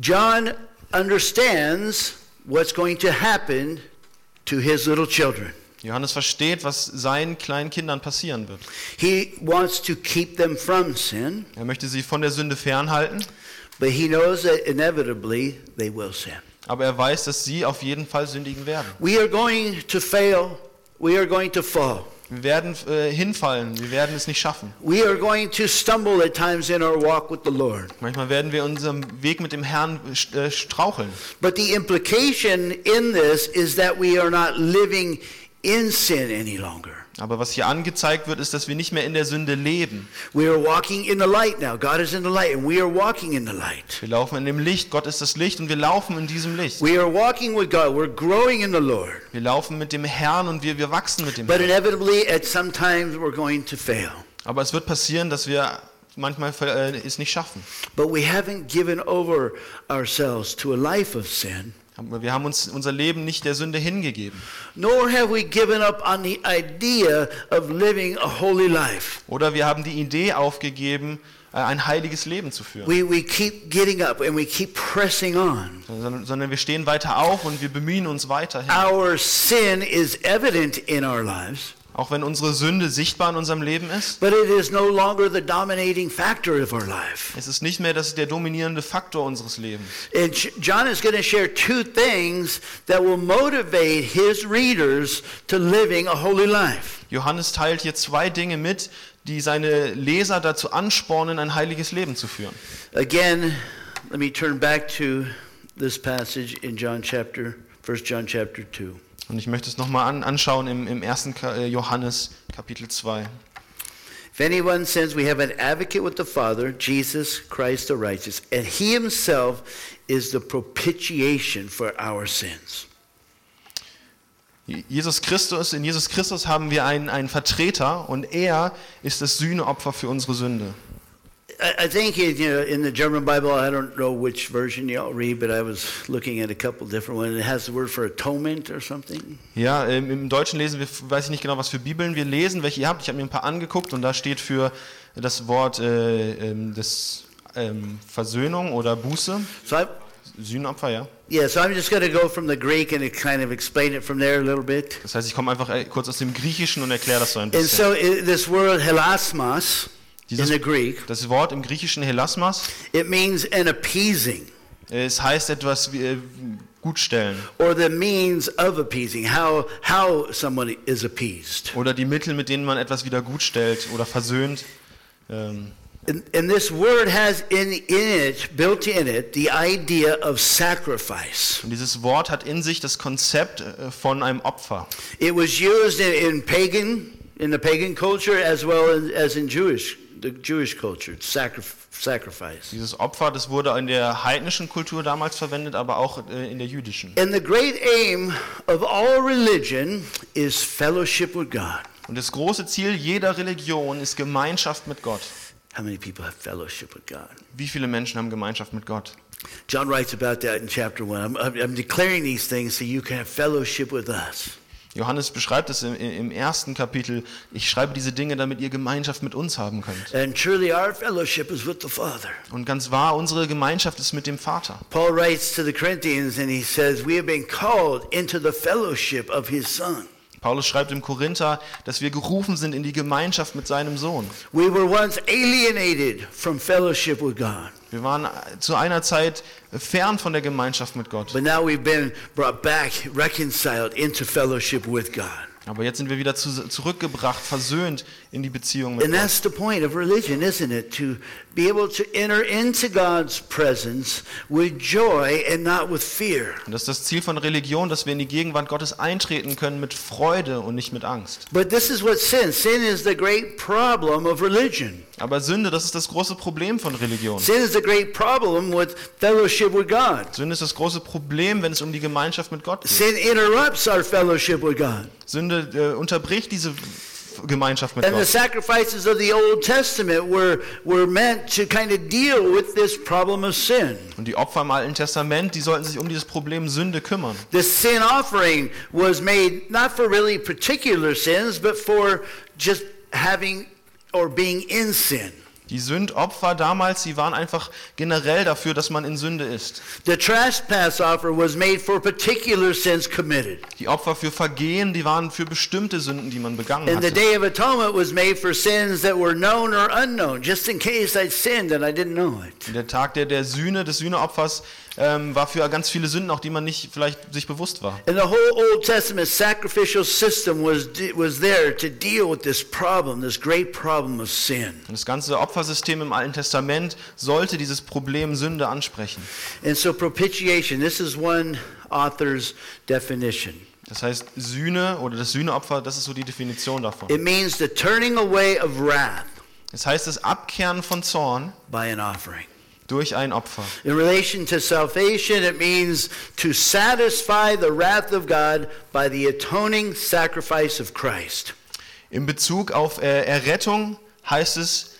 Speaker 2: John understands what's going to happen to his little children.
Speaker 1: Johannes versteht, was seinen kleinen Kindern passieren wird.
Speaker 2: He wants to keep them from sin,
Speaker 1: Er möchte sie von der Sünde fernhalten,
Speaker 2: but he knows that inevitably they will sin.
Speaker 1: aber er weiß, dass sie auf jeden Fall sündigen werden.
Speaker 2: We are going to fail. We are going to fall.
Speaker 1: Wir werden äh, hinfallen, wir werden es nicht schaffen.
Speaker 2: We are going to stumble at times in our walk with the Lord.
Speaker 1: Manchmal werden wir unserem Weg mit dem Herrn äh, straucheln.
Speaker 2: But the implication in this is that we are not living in sin any longer.
Speaker 1: Aber was hier angezeigt wird, ist, dass wir nicht mehr in der Sünde leben.
Speaker 2: We are walking in the light now. God is in the light, and we are walking in the light.
Speaker 1: Wir laufen in dem Licht, Gott ist das Licht und wir laufen in diesem Licht.
Speaker 2: We are walking with God. We're growing in the Lord.
Speaker 1: Wir laufen mit dem Herrn und wir, wir wachsen mit dem
Speaker 2: But
Speaker 1: Herrn.
Speaker 2: inevitably, at some times, we're going to fail.
Speaker 1: Aber es wird passieren, dass wir manchmal äh, es nicht schaffen.
Speaker 2: But we haven't given over ourselves to a life of sin,
Speaker 1: Aber Wir haben uns unser Leben nicht der Sünde hingegeben.
Speaker 2: nor have we given up on the idea of living a holy life.
Speaker 1: Oder wir haben die Idee aufgegeben, äh, ein heiliges Leben zu führen.
Speaker 2: We, we keep getting up and we keep pressing on.
Speaker 1: Sondern sondern wir stehen weiter auf und wir bemühen uns weiterhin.
Speaker 2: Our sin is evident in our lives,
Speaker 1: Auch wenn unsere Sünde sichtbar in unserem Leben ist,
Speaker 2: but it is no longer the dominating factor of our life.
Speaker 1: es ist nicht mehr das, der dominierende Faktor unseres Lebens.
Speaker 2: And J- John is going to share two things that will motivate his readers to living a holy life.
Speaker 1: Johannes teilt hier zwei Dinge mit, die seine Leser dazu anspornen, ein heiliges Leben zu führen.
Speaker 2: Again, let me turn back to this passage in John chapter, 1 John chapter 2.
Speaker 1: Und ich möchte es nochmal an, anschauen im, im 1. Ka äh, Johannes Kapitel 2.
Speaker 2: If anyone sins, we have an advocate with the Father, Jesus Christ the righteous, and he himself is the propitiation for our sins.
Speaker 1: Jesus Christus, in Jesus Christus haben wir einen, einen Vertreter und er ist das Sühneopfer für unsere Sünde.
Speaker 2: I, I think in, you know, in the German Bible, I don't know which version y'all read, but I was looking at a couple different ones. It has the word for atonement or something.
Speaker 1: Ja, ähm, im Deutschen lesen wir, weiß ich nicht genau, was für Bibeln wir lesen, welche ihr habt. Ich habe mir ein paar angeguckt und da steht für das Wort äh, ähm, des, ähm, Versöhnung oder Buße,
Speaker 2: So I,
Speaker 1: Sühnopfer, ja.
Speaker 2: yeah, so I'm just going to go from the Greek and kind of explain it from there a little bit.
Speaker 1: Das heißt, ich komme einfach äh, kurz aus dem Griechischen und erkläre das so ein
Speaker 2: And
Speaker 1: bisschen.
Speaker 2: so i this word helasmas in
Speaker 1: Dieses-
Speaker 2: the Greek,
Speaker 1: Das Wort im Griechischen Helasmas,
Speaker 2: it means an appeasing
Speaker 1: äh, es heißt etwas wie äh, gutstellen
Speaker 2: or the means of appeasing, how, how someone is appeased.
Speaker 1: oder die Mittel, mit denen man etwas wieder gutstellt oder versöhnt. Ähm,
Speaker 2: And, and this word has in, in it, built in it, the idea of sacrifice.
Speaker 1: Und dieses Wort hat in sich das Konzept äh, von einem Opfer.
Speaker 2: It was used in, in pagan, in the pagan culture as well as, as in Jewish, the Jewish culture, sacri- sacrifice.
Speaker 1: Dieses Opfer, das wurde in der heidnischen Kultur damals verwendet, aber auch äh, in der jüdischen.
Speaker 2: And the great aim of all religion is fellowship with God.
Speaker 1: Und das große Ziel jeder Religion ist Gemeinschaft mit Gott.
Speaker 2: How many people have fellowship with God?
Speaker 1: Wie viele Menschen haben Gemeinschaft mit Gott?
Speaker 2: John writes about that in chapter one. I'm, I'm, I'm declaring these things so you can have fellowship with us.
Speaker 1: Johannes beschreibt es im, im ersten Kapitel. Ich schreibe diese Dinge, damit ihr Gemeinschaft mit uns haben könnt.
Speaker 2: And truly, our fellowship is with the Father.
Speaker 1: Und ganz wahr, unsere Gemeinschaft ist mit dem Vater.
Speaker 2: Paul writes to the Corinthians and he says, We have been called into the fellowship of his Son.
Speaker 1: Paulus schreibt im Korinther, dass wir gerufen sind in die Gemeinschaft mit seinem Sohn.
Speaker 2: We were once alienated from fellowship with God,
Speaker 1: Wir waren äh, zu einer Zeit fern von der Gemeinschaft mit Gott.
Speaker 2: but now we've been brought back, reconciled into fellowship with God.
Speaker 1: Aber jetzt sind wir wieder zu, zurückgebracht, versöhnt in die Beziehung mit
Speaker 2: And
Speaker 1: Gott.
Speaker 2: that's the point of religion, isn't it? To be able to enter into God's presence with joy and not with fear.
Speaker 1: Und das ist das Ziel von Religion, dass wir in die Gegenwart Gottes eintreten können mit Freude und nicht mit Angst.
Speaker 2: But this is what sin. Sin is the great problem of religion.
Speaker 1: Aber Sünde, das ist das große Problem von Religion.
Speaker 2: Sin is the great problem with fellowship with God.
Speaker 1: Sünde ist das große Problem, wenn es um die Gemeinschaft mit Gott geht.
Speaker 2: Sin interrupts our fellowship with God.
Speaker 1: Sünde äh, unterbricht diese F- Gemeinschaft mit
Speaker 2: And the
Speaker 1: Gott.
Speaker 2: sacrifices of the Old Testament were, were meant to kind of deal with this problem of sin.
Speaker 1: Und die Opfer im Alten Testament, die sollten sich um dieses Problem Sünde kümmern.
Speaker 2: The sin offering was made not for really particular sins, but for just having or being in sin.
Speaker 1: Die Sündopfer damals, die waren einfach generell dafür, dass man in Sünde ist.
Speaker 2: The trespass offer was made for particular sins committed.
Speaker 1: Die Opfer für Vergehen, die waren für bestimmte Sünden, die man begangen
Speaker 2: And the
Speaker 1: hatte.
Speaker 2: Day of Atonement was made for sins that were known or unknown, just in case I'd sinned and I didn't know it.
Speaker 1: Der Tag der, der Sühne, des Sühneopfers, ähm, war für ganz viele Sünden, auch die man nicht vielleicht sich bewusst war.
Speaker 2: And the whole Old Testament sacrificial system was, was there to deal with this problem, this great problem of sin.
Speaker 1: Und das ganze Opfersystem im Alten Testament sollte dieses Problem Sünde ansprechen.
Speaker 2: And so, propitiation, this is one author's definition.
Speaker 1: Das heißt, Sühne oder das Sühneopfer, das ist so die Definition davon.
Speaker 2: It means the turning away of wrath
Speaker 1: Es heißt das Abkehren von Zorn
Speaker 2: by an offering.
Speaker 1: durch ein Opfer.
Speaker 2: In relation to salvation, it means to satisfy the wrath of God by the atoning sacrifice of Christ.
Speaker 1: In Bezug auf äh, Errettung heißt es,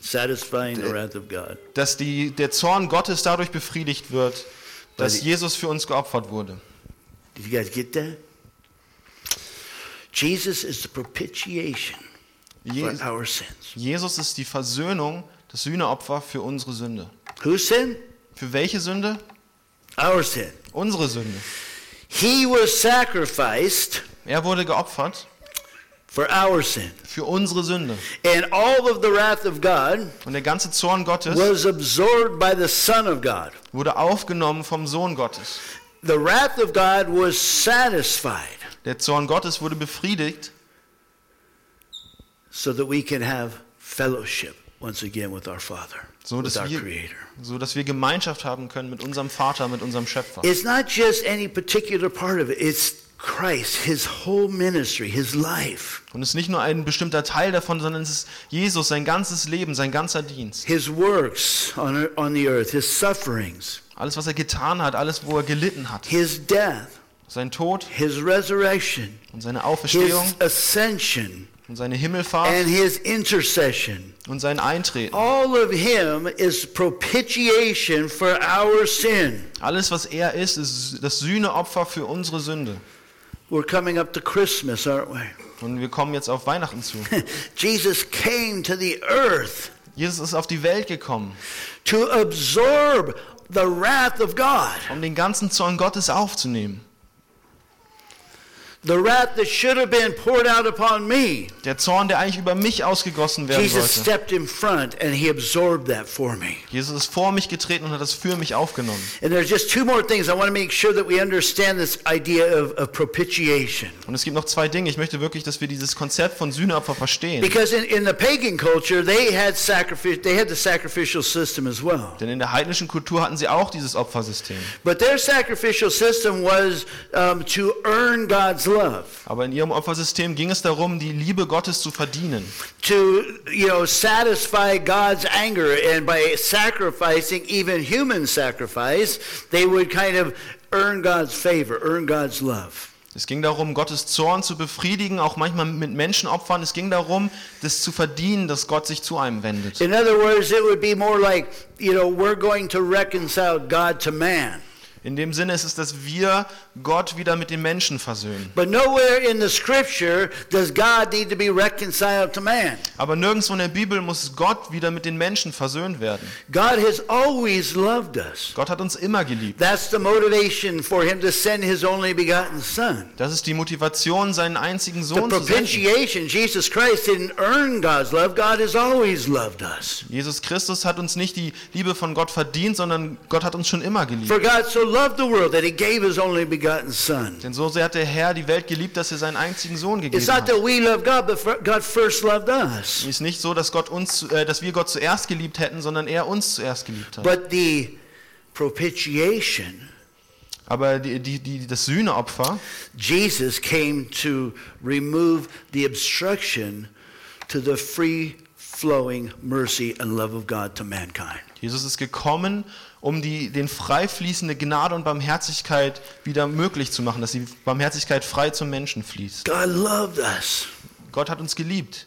Speaker 2: Satisfying the wrath of God.
Speaker 1: dass die, der Zorn Gottes dadurch befriedigt wird, dass
Speaker 2: die-
Speaker 1: Jesus für uns geopfert wurde.
Speaker 2: Did you guys get that? Jesus is the propitiation for
Speaker 1: Je
Speaker 2: our sins.
Speaker 1: Jesus ist die Versöhnung, das Sühneopfer für unsere Sünde.
Speaker 2: Whose sin?
Speaker 1: Für welche Sünde?
Speaker 2: Our sin.
Speaker 1: Unsere Sünde.
Speaker 2: He was sacrificed
Speaker 1: Er wurde geopfert
Speaker 2: for our sin.
Speaker 1: für unsere Sünde.
Speaker 2: And all of the wrath of God
Speaker 1: Und der ganze Zorn Gottes
Speaker 2: was absorbed by the Son of God.
Speaker 1: wurde aufgenommen vom Sohn Gottes.
Speaker 2: The wrath of God was satisfied
Speaker 1: Der Zorn Gottes wurde befriedigt
Speaker 2: so that we can have fellowship once again with our Father,
Speaker 1: So
Speaker 2: with
Speaker 1: dass
Speaker 2: our
Speaker 1: wir-
Speaker 2: Creator.
Speaker 1: so dass wir Gemeinschaft haben können mit unserem Vater, mit unserem Schöpfer.
Speaker 2: It's not just any particular part of it, it's Christ, his whole ministry, his life,
Speaker 1: Und es ist nicht nur ein bestimmter Teil davon, sondern es ist Jesus, sein ganzes Leben, sein ganzer Dienst.
Speaker 2: his works on, on the earth, his sufferings,
Speaker 1: Alles, was er getan hat, alles, wo er gelitten hat.
Speaker 2: his death,
Speaker 1: Sein Tod
Speaker 2: his resurrection,
Speaker 1: und seine
Speaker 2: his
Speaker 1: Auferstehung
Speaker 2: ascension,
Speaker 1: und seine Himmelfahrt
Speaker 2: and his intercession.
Speaker 1: und sein Eintreten.
Speaker 2: All of him is propitiation for our sin.
Speaker 1: Alles, was er ist, ist das Sühneopfer für unsere Sünde.
Speaker 2: We're coming up to Christmas, aren't we?
Speaker 1: Und wir kommen jetzt auf Weihnachten zu.
Speaker 2: Jesus came to the earth
Speaker 1: Jesus ist auf die Welt gekommen,
Speaker 2: to absorb the wrath of God,
Speaker 1: um den ganzen Zorn Gottes aufzunehmen.
Speaker 2: the wrath that should have been poured out upon me.
Speaker 1: Der Zorn, der eigentlich über mich ausgegossen werden
Speaker 2: Jesus
Speaker 1: sollte.
Speaker 2: stepped in front and he absorbed that for me.
Speaker 1: Jesus ist vor mich getreten und hat das für mich aufgenommen.
Speaker 2: And there's just two more things I want to make sure that we understand this idea of, of propitiation.
Speaker 1: Und es gibt noch zwei Dinge. Ich möchte wirklich, dass wir dieses Konzept von Sühneopfer verstehen.
Speaker 2: Because in, in the pagan culture, they had sacrifice, they had the sacrificial system as well.
Speaker 1: Denn in der heidnischen Kultur hatten sie auch dieses Opfersystem.
Speaker 2: But their sacrificial system was um, to earn God's love,
Speaker 1: Aber in ihrem Opfersystem ging es darum, die Liebe Gottes zu verdienen.
Speaker 2: to you know satisfy God's anger, and by sacrificing even human sacrifice, they would kind of earn God's favor, earn God's love.
Speaker 1: Es ging darum, Gottes Zorn zu befriedigen, auch manchmal mit Menschenopfern. Es ging darum, das zu verdienen, dass Gott sich zu einem wendet.
Speaker 2: In other words, it would be more like you know we're going to reconcile God to man.
Speaker 1: In dem Sinne ist es, dass wir Gott wieder mit den Menschen versöhnen.
Speaker 2: But nowhere in the scripture does God need to be reconciled to man.
Speaker 1: Aber nirgendwo in der Bibel muss Gott wieder mit den Menschen versöhnt werden.
Speaker 2: God has always loved us.
Speaker 1: Gott hat uns immer geliebt.
Speaker 2: That's the motivation for him to send his only begotten son.
Speaker 1: Das ist die Motivation, seinen einzigen
Speaker 2: The
Speaker 1: Sohn zu senden.
Speaker 2: propitiation, Jesus Christ didn't earn God's love. God has always loved us.
Speaker 1: Jesus Christus hat uns nicht die Liebe von Gott verdient, sondern Gott hat uns schon immer geliebt.
Speaker 2: For God so loved the world that he gave his only begotten son.
Speaker 1: Denn so sehr hat der Herr die Welt geliebt, dass er seinen einzigen Sohn gegeben
Speaker 2: It's not
Speaker 1: hat.
Speaker 2: that we love God, but fir- God first loved us.
Speaker 1: Es ist nicht so, dass Gott uns, äh, dass wir Gott zuerst geliebt hätten, sondern er uns zuerst geliebt hat.
Speaker 2: But the propitiation,
Speaker 1: Aber die, die, die, das Sühneopfer,
Speaker 2: Jesus came to remove the obstruction to the free flowing mercy and love of God to mankind.
Speaker 1: Jesus ist gekommen, um die, den frei fließende Gnade und Barmherzigkeit wieder möglich zu machen, dass die Barmherzigkeit frei zum Menschen fließt.
Speaker 2: God loved us,
Speaker 1: Gott hat uns geliebt,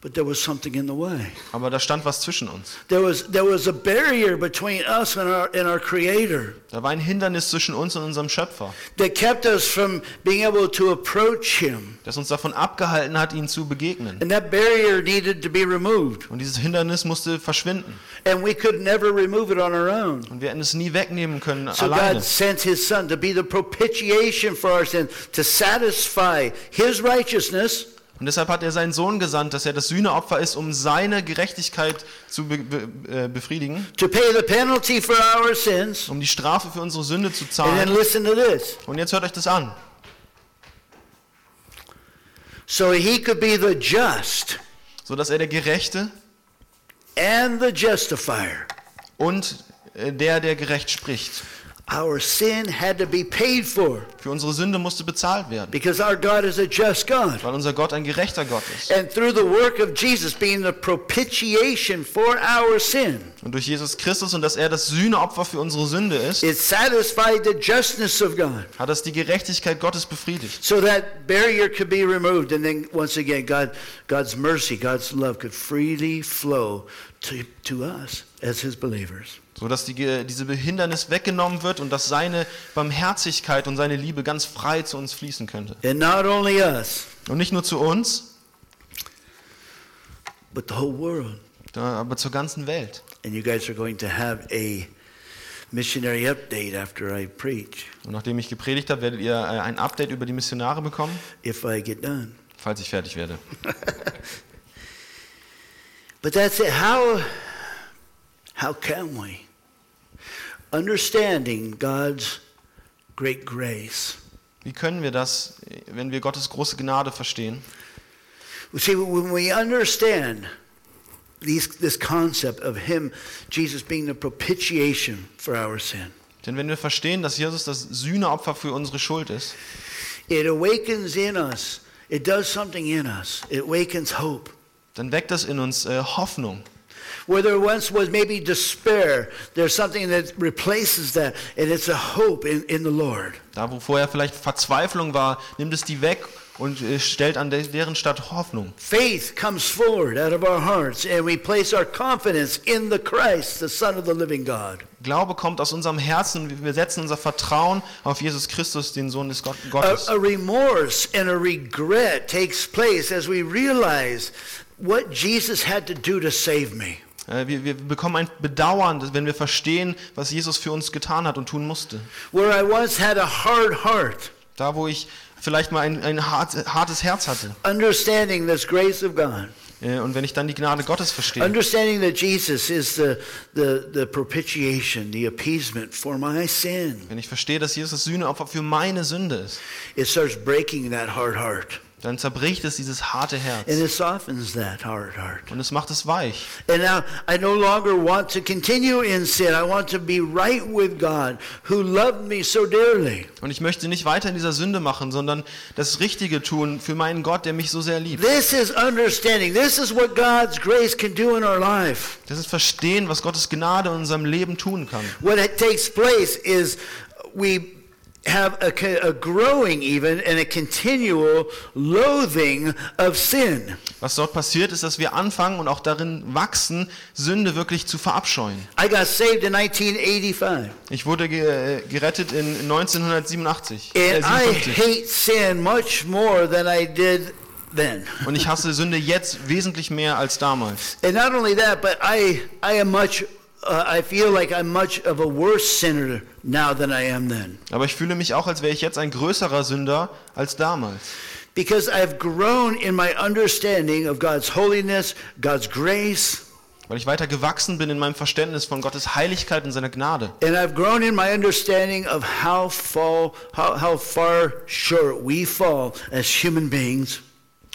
Speaker 2: but there was something in the way.
Speaker 1: aber da stand was zwischen uns.
Speaker 2: There was, there was a barrier between us and our, and our Creator
Speaker 1: Da war ein Hindernis zwischen uns und unserem Schöpfer,
Speaker 2: that kept us from being able to approach Him.
Speaker 1: das uns davon abgehalten hat, ihm zu begegnen.
Speaker 2: And that barrier needed to be removed.
Speaker 1: Und dieses Hindernis musste verschwinden.
Speaker 2: And we could never remove it on our own.
Speaker 1: Und wir hätten es nie wegnehmen können
Speaker 2: So
Speaker 1: alleine.
Speaker 2: God sent his son to be the propitiation for our sin, to satisfy his righteousness
Speaker 1: Und deshalb hat er seinen Sohn gesandt, dass er das Sühneopfer ist, um seine Gerechtigkeit zu be be äh, befriedigen,
Speaker 2: to pay the penalty for our sins.
Speaker 1: um die Strafe für unsere Sünde zu
Speaker 2: And then
Speaker 1: zahlen.
Speaker 2: listen to this.
Speaker 1: Und jetzt hört euch das an.
Speaker 2: So he could be the just
Speaker 1: So dass er der Gerechte
Speaker 2: and the justifier.
Speaker 1: und äh, der, der gerecht spricht.
Speaker 2: Our sin had to be paid for
Speaker 1: Für unsere Sünde musste bezahlt werden,
Speaker 2: because our God is a just God.
Speaker 1: weil unser Gott ein gerechter Gott ist.
Speaker 2: And through the work of Jesus being the propitiation for our sin,
Speaker 1: Und durch Jesus Christus und dass er das Sühneopfer für unsere Sünde ist,
Speaker 2: it satisfied the justness of God.
Speaker 1: hat das die Gerechtigkeit Gottes befriedigt.
Speaker 2: So that barrier could be removed, and then once again, God, God's mercy, God's love could freely flow to, to us as His believers.
Speaker 1: So dass die, Ge- diese Behindernis weggenommen wird und dass seine Barmherzigkeit und seine Liebe ganz frei zu uns fließen könnte.
Speaker 2: And not only us,
Speaker 1: Und nicht nur zu uns,
Speaker 2: but the whole world.
Speaker 1: Da, aber zur ganzen Welt.
Speaker 2: And you guys are going to have a missionary update after I preach,
Speaker 1: Und nachdem ich gepredigt habe, werdet ihr äh, ein Update über die Missionare bekommen,
Speaker 2: if I get done.
Speaker 1: falls ich fertig werde.
Speaker 2: But that's it. How, how can we? Understanding God's great grace.
Speaker 1: Wie können wir das, äh, wenn wir Gottes große Gnade verstehen?
Speaker 2: You See, when we understand these, this concept of Him, Jesus being the propitiation for our sin,
Speaker 1: Denn wenn wir verstehen, dass Jesus das Sühneopfer für unsere Schuld ist,
Speaker 2: It awakens in us, it does something in us, it awakens hope.
Speaker 1: dann weckt das in uns äh, Hoffnung.
Speaker 2: Where there once was maybe despair, there's something that replaces that, and it's a hope in, in the Lord.
Speaker 1: Da, wo vorher vielleicht Verzweiflung war, nimmt es die weg und äh, stellt an de deren Stadt Hoffnung.
Speaker 2: Faith comes forward out of our hearts, and we place our confidence in the Christ, the Son of the living God.
Speaker 1: Glaube kommt aus unserem Herzen. und Wir setzen unser Vertrauen auf Jesus Christus, den Sohn des Gott
Speaker 2: A,
Speaker 1: Gottes.
Speaker 2: a remorse and a regret takes place as we realize what Jesus had to do to save me.
Speaker 1: Äh, wir, wir bekommen ein Bedauern, dass- wenn wir verstehen, was Jesus für uns getan hat und tun musste.
Speaker 2: Where I once had a hard heart,
Speaker 1: Da, wo ich vielleicht mal ein, ein hart, hartes Herz hatte.
Speaker 2: understanding this grace of God,
Speaker 1: Äh, und wenn ich dann die Gnade Gottes verstehe,
Speaker 2: understanding that Jesus is the, the, the propitiation, the appeasement for my sin,
Speaker 1: wenn ich verstehe, dass Jesus das Sühneopfer für meine Sünde ist,
Speaker 2: it starts breaking that hard heart.
Speaker 1: dann zerbricht es dieses harte
Speaker 2: And
Speaker 1: Herz.
Speaker 2: it softens that hard heart.
Speaker 1: Und es macht es weich.
Speaker 2: And now I no longer want to continue in sin. I want to be right with God who loved me so dearly.
Speaker 1: Und ich möchte nicht weiter in dieser Sünde machen, sondern das Richtige tun für meinen Gott, der mich so sehr liebt.
Speaker 2: This is understanding. This is what God's grace can do in our life.
Speaker 1: Das ist Verstehen, was Gottes Gnade in unserem Leben tun kann.
Speaker 2: What it takes place is we have a, co- a growing even and a continual loathing of sin.
Speaker 1: Was dort passiert, ist, dass wir anfangen und auch darin wachsen, Sünde wirklich zu verabscheuen.
Speaker 2: I got saved in 1985
Speaker 1: Ich wurde ge äh, gerettet in 1987. Äh,
Speaker 2: and I
Speaker 1: 57.
Speaker 2: hate sin much more than I did then.
Speaker 1: Und ich hasse Sünde jetzt wesentlich mehr als damals.
Speaker 2: And not only that, but I, I am much, uh, I feel like I'm much of a worse sinner now than I am then.
Speaker 1: Aber ich fühle mich auch, als wäre ich jetzt ein größerer Sünder als damals.
Speaker 2: Because I've grown in my understanding of God's holiness, God's grace,
Speaker 1: Weil ich weiter gewachsen bin in meinem Verständnis von Gottes Heiligkeit und seiner Gnade.
Speaker 2: and I've grown in my understanding of how, fall, how, how far short we fall as human beings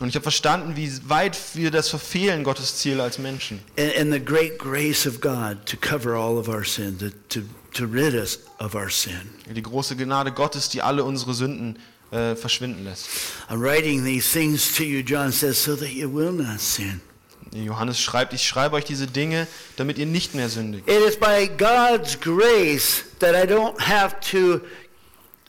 Speaker 1: Und ich habe verstanden, wie weit wir das verfehlen, Gottes Ziel als Menschen.
Speaker 2: and, and the great grace of God to cover all of our sin, to, to, to rid us of our sin.
Speaker 1: Die große Gnade Gottes, die alle unsere Sünden äh, verschwinden lässt.
Speaker 2: I'm writing these things to you, John says, so that you will not sin.
Speaker 1: Johannes schreibt, ich schreibe euch diese Dinge, damit ihr nicht mehr sündigt.
Speaker 2: It is by God's grace that I don't have to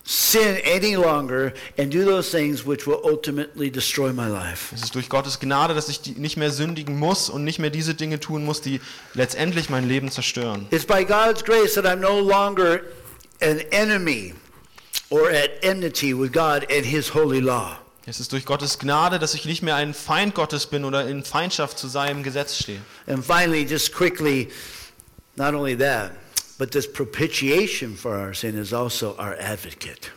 Speaker 2: sin any longer and do those things which will ultimately destroy my life.
Speaker 1: Es ist durch Gottes Gnade, dass ich die nicht mehr sündigen muss und nicht mehr diese Dinge tun muss, die letztendlich mein Leben zerstören.
Speaker 2: It's by God's grace that I'm no longer an enemy or at enmity with God and His holy law.
Speaker 1: Es ist durch Gottes Gnade, dass ich nicht mehr ein Feind Gottes bin oder in Feindschaft zu seinem Gesetz stehe.
Speaker 2: And finally, just quickly, not only that, but this propitiation for our sin is also our advocate.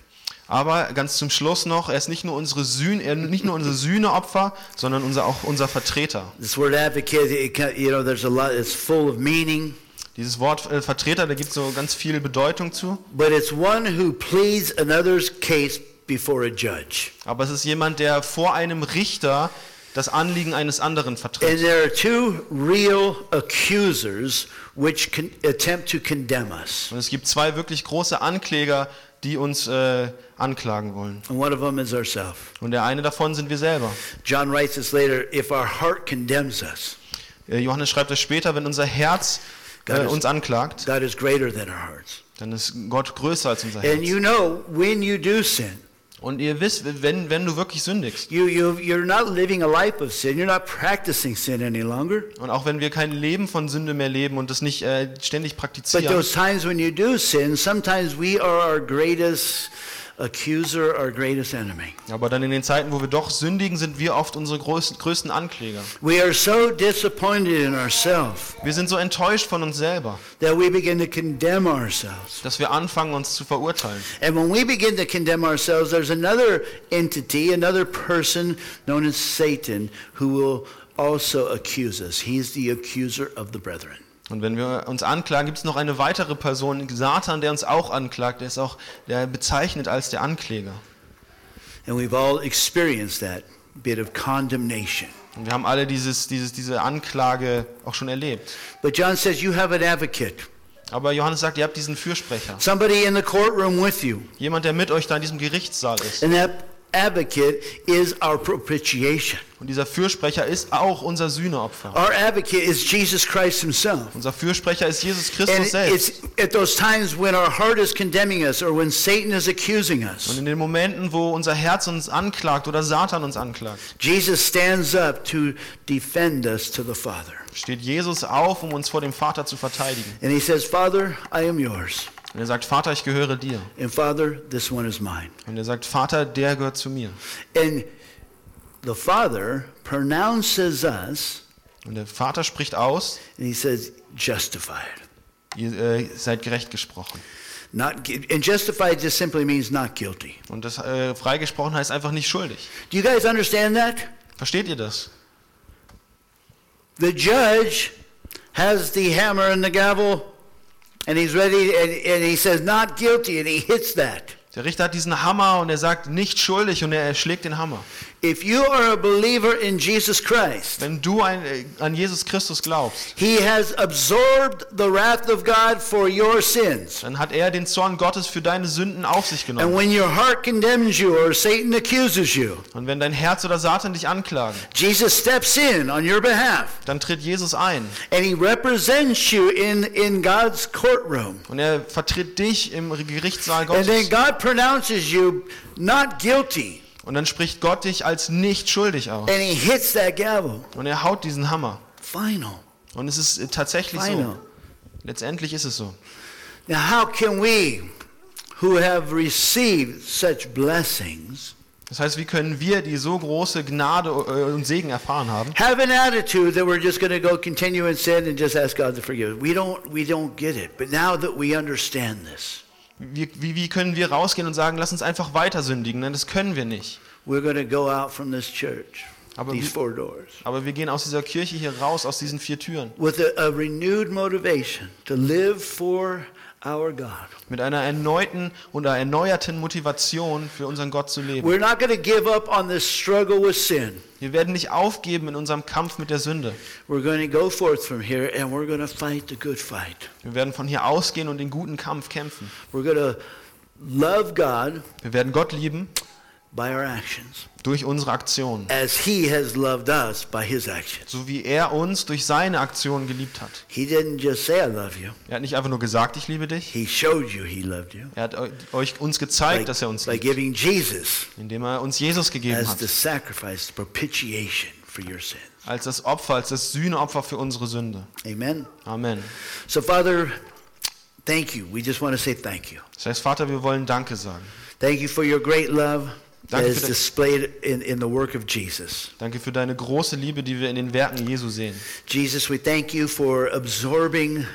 Speaker 1: Aber ganz zum Schluss noch, er ist nicht nur unsere Sühne, er nicht nur unser Sühneopfer, sondern unser, auch unser Vertreter.
Speaker 2: This word advocate, it, can- you know, there's a lot, it's full of meaning.
Speaker 1: Dieses Wort äh, Vertreter, da gibt es so ganz viel Bedeutung zu.
Speaker 2: But it's one who pleads another's case before a judge.
Speaker 1: Aber es ist jemand, der vor einem Richter das Anliegen eines anderen vertritt.
Speaker 2: And there are two real accusers which can attempt to condemn us.
Speaker 1: Und es gibt zwei wirklich große Ankläger, die uns äh, anklagen wollen.
Speaker 2: And one of them is ourselves.
Speaker 1: Und der eine davon sind wir selber.
Speaker 2: John writes this later if our heart condemns us,
Speaker 1: Äh, Johannes schreibt das später, wenn unser Herz äh, uns anklagt,
Speaker 2: God is greater than our hearts.
Speaker 1: dann ist Gott größer als unser
Speaker 2: And
Speaker 1: Herz.
Speaker 2: you know, when you do sin,
Speaker 1: Und ihr wisst, wenn, wenn du wirklich sündigst,
Speaker 2: you, you, you're not living a life of sin, you're not practicing sin any longer.
Speaker 1: und auch wenn wir kein Leben von Sünde mehr leben und das nicht äh, ständig
Speaker 2: But
Speaker 1: praktizieren,
Speaker 2: those times when you do sin, sometimes we are our greatest accuser, our greatest enemy.
Speaker 1: aber dann in den Zeiten, wo wir doch sündigen, sind wir oft unsere größten, größten Ankläger.
Speaker 2: We are so disappointed in ourselves
Speaker 1: Wir sind so enttäuscht von uns selber,
Speaker 2: that we begin to condemn ourselves.
Speaker 1: dass wir anfangen, uns zu verurteilen.
Speaker 2: And when we begin to condemn ourselves, there's another entity, another person known as Satan, who will also accuse us. He's the accuser of the brethren.
Speaker 1: Und wenn wir uns anklagen, gibt es noch eine weitere Person, Satan, der uns auch anklagt. Der ist auch der bezeichnet als der Ankläger.
Speaker 2: And we've all experienced that bit of condemnation.
Speaker 1: Und wir haben alle dieses, dieses, diese Anklage auch schon erlebt.
Speaker 2: But John says, You have an advocate,
Speaker 1: Aber Johannes sagt, ihr habt diesen Fürsprecher.
Speaker 2: somebody in the courtroom with you.
Speaker 1: Jemand, der mit euch da in diesem Gerichtssaal ist.
Speaker 2: And that advocate is our propitiation.
Speaker 1: Und dieser Fürsprecher ist auch unser Sühneopfer.
Speaker 2: Our advocate is Jesus Christ himself.
Speaker 1: Unser Fürsprecher ist Jesus
Speaker 2: And
Speaker 1: Christus selbst.
Speaker 2: it's at those times when our heart is condemning us or when Satan is accusing
Speaker 1: Und
Speaker 2: us,
Speaker 1: in den Momenten, wo unser Herz uns anklagt oder Satan uns anklagt,
Speaker 2: Jesus stands up to defend us to the Father.
Speaker 1: steht Jesus auf, um uns vor dem Vater zu verteidigen.
Speaker 2: And he says, Father, I am yours.
Speaker 1: Und er sagt, Vater, ich gehöre dir.
Speaker 2: And Father, this one is mine.
Speaker 1: Und er sagt, Vater, der gehört zu mir.
Speaker 2: And the Father pronounces us,
Speaker 1: Und der Vater spricht aus,
Speaker 2: and he says, justified.
Speaker 1: ihr äh, seid gerecht gesprochen.
Speaker 2: Not, gui- and justified just simply means not guilty.
Speaker 1: Und das äh, freigesprochen heißt einfach nicht schuldig.
Speaker 2: Do you guys understand that?
Speaker 1: Versteht ihr das?
Speaker 2: The judge has the hammer and the gavel, and he's ready, and, and he says, not guilty, and he hits that.
Speaker 1: Der Richter hat diesen Hammer und er sagt nicht schuldig und er schlägt den Hammer.
Speaker 2: If you are a believer in Jesus Christ,
Speaker 1: Wenn du ein, äh, an Jesus Christus glaubst,
Speaker 2: he has absorbed the wrath of God for your sins.
Speaker 1: dann hat er den Zorn Gottes für deine Sünden auf sich
Speaker 2: And
Speaker 1: genommen.
Speaker 2: when your heart condemns you or Satan accuses you,
Speaker 1: Und wenn dein Herz oder Satan dich anklagen,
Speaker 2: Jesus steps in on your behalf
Speaker 1: dann tritt Jesus ein
Speaker 2: and he represents you in, in God's courtroom.
Speaker 1: und er vertritt dich im Gerichtssaal
Speaker 2: And then
Speaker 1: Gottes.
Speaker 2: God pronounces you not guilty
Speaker 1: Und dann spricht Gott dich als nicht schuldig aus.
Speaker 2: and he hits that gavel.
Speaker 1: Und er haut diesen Hammer.
Speaker 2: Final.
Speaker 1: Und es ist äh, tatsächlich
Speaker 2: Final.
Speaker 1: so. Letztendlich ist es so.
Speaker 2: Now, how can we who have received such blessings
Speaker 1: Das heißt, wie können wir, die so große Gnade äh, und Segen erfahren haben,
Speaker 2: have an attitude that we're just going to go continue in sin and just ask God to forgive us? We don't, we don't get it. But now that we understand this,
Speaker 1: wie, wie, wie können wir rausgehen und sagen, lass uns einfach weiter sündigen? Nein, das können wir nicht.
Speaker 2: we're going to go out from this church,
Speaker 1: Aber
Speaker 2: these
Speaker 1: wie-
Speaker 2: four doors.
Speaker 1: Aber wir gehen aus dieser Kirche hier raus, aus diesen vier Türen,
Speaker 2: with a, a renewed motivation to live for our God.
Speaker 1: mit einer erneuten oder erneuerten Motivation für unseren Gott zu leben.
Speaker 2: We're not going to give up on this struggle with sin.
Speaker 1: Wir werden nicht aufgeben in unserem Kampf mit der Sünde.
Speaker 2: We're going to go forth from here and we're going to fight the good fight.
Speaker 1: Wir werden von hier ausgehen und den guten Kampf kämpfen.
Speaker 2: We're going to love God
Speaker 1: Wir werden Gott lieben
Speaker 2: by our actions
Speaker 1: durch unsere Aktionen,
Speaker 2: as he has loved us by his actions.
Speaker 1: so wie er uns durch seine Aktionen geliebt hat.
Speaker 2: He didn't just say I love you.
Speaker 1: Er hat nicht einfach nur gesagt, ich liebe dich.
Speaker 2: He showed you he loved you.
Speaker 1: Er hat eu- euch uns gezeigt, dass er uns
Speaker 2: by
Speaker 1: liebt,
Speaker 2: giving Jesus
Speaker 1: indem er uns Jesus gegeben
Speaker 2: as the
Speaker 1: hat,
Speaker 2: sacrifice, the propitiation for your sin.
Speaker 1: als das Opfer, als das Sühneopfer für unsere Sünde.
Speaker 2: Amen.
Speaker 1: Amen.
Speaker 2: So Father, thank you. We just want to say thank you.
Speaker 1: Das heißt, Vater, wir wollen Danke sagen.
Speaker 2: Thank you for your great love that
Speaker 1: Danke
Speaker 2: is
Speaker 1: für das-
Speaker 2: displayed in, in the work of Jesus.
Speaker 1: Danke für deine große Liebe, die wir in den Werken Jesu sehen.
Speaker 2: Jesus, we thank you for absorbing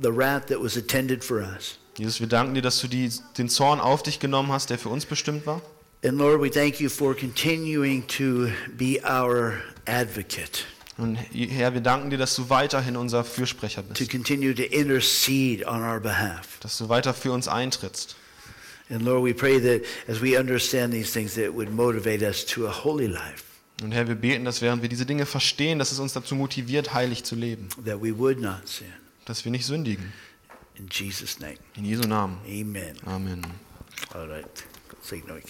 Speaker 2: the wrath that was attended for us.
Speaker 1: Jesus, wir danken dir, dass du die, den Zorn auf dich genommen hast, der für uns bestimmt war.
Speaker 2: And Lord, we thank you for continuing to be our advocate,
Speaker 1: Und Herr, wir danken dir, dass du weiterhin unser Fürsprecher
Speaker 2: to
Speaker 1: bist,
Speaker 2: continue to intercede on our behalf.
Speaker 1: dass du weiter für uns eintrittst.
Speaker 2: And Lord, we pray that as we understand these things, that it would motivate us to a holy life,
Speaker 1: Und Herr, wir beten, dass während wir diese Dinge verstehen, dass es uns dazu motiviert, heilig zu leben,
Speaker 2: that we would not sin.
Speaker 1: dass wir nicht sündigen.
Speaker 2: In Jesus' name,
Speaker 1: In Jesu Namen.
Speaker 2: amen.
Speaker 1: Amen.
Speaker 2: All right. Segnung.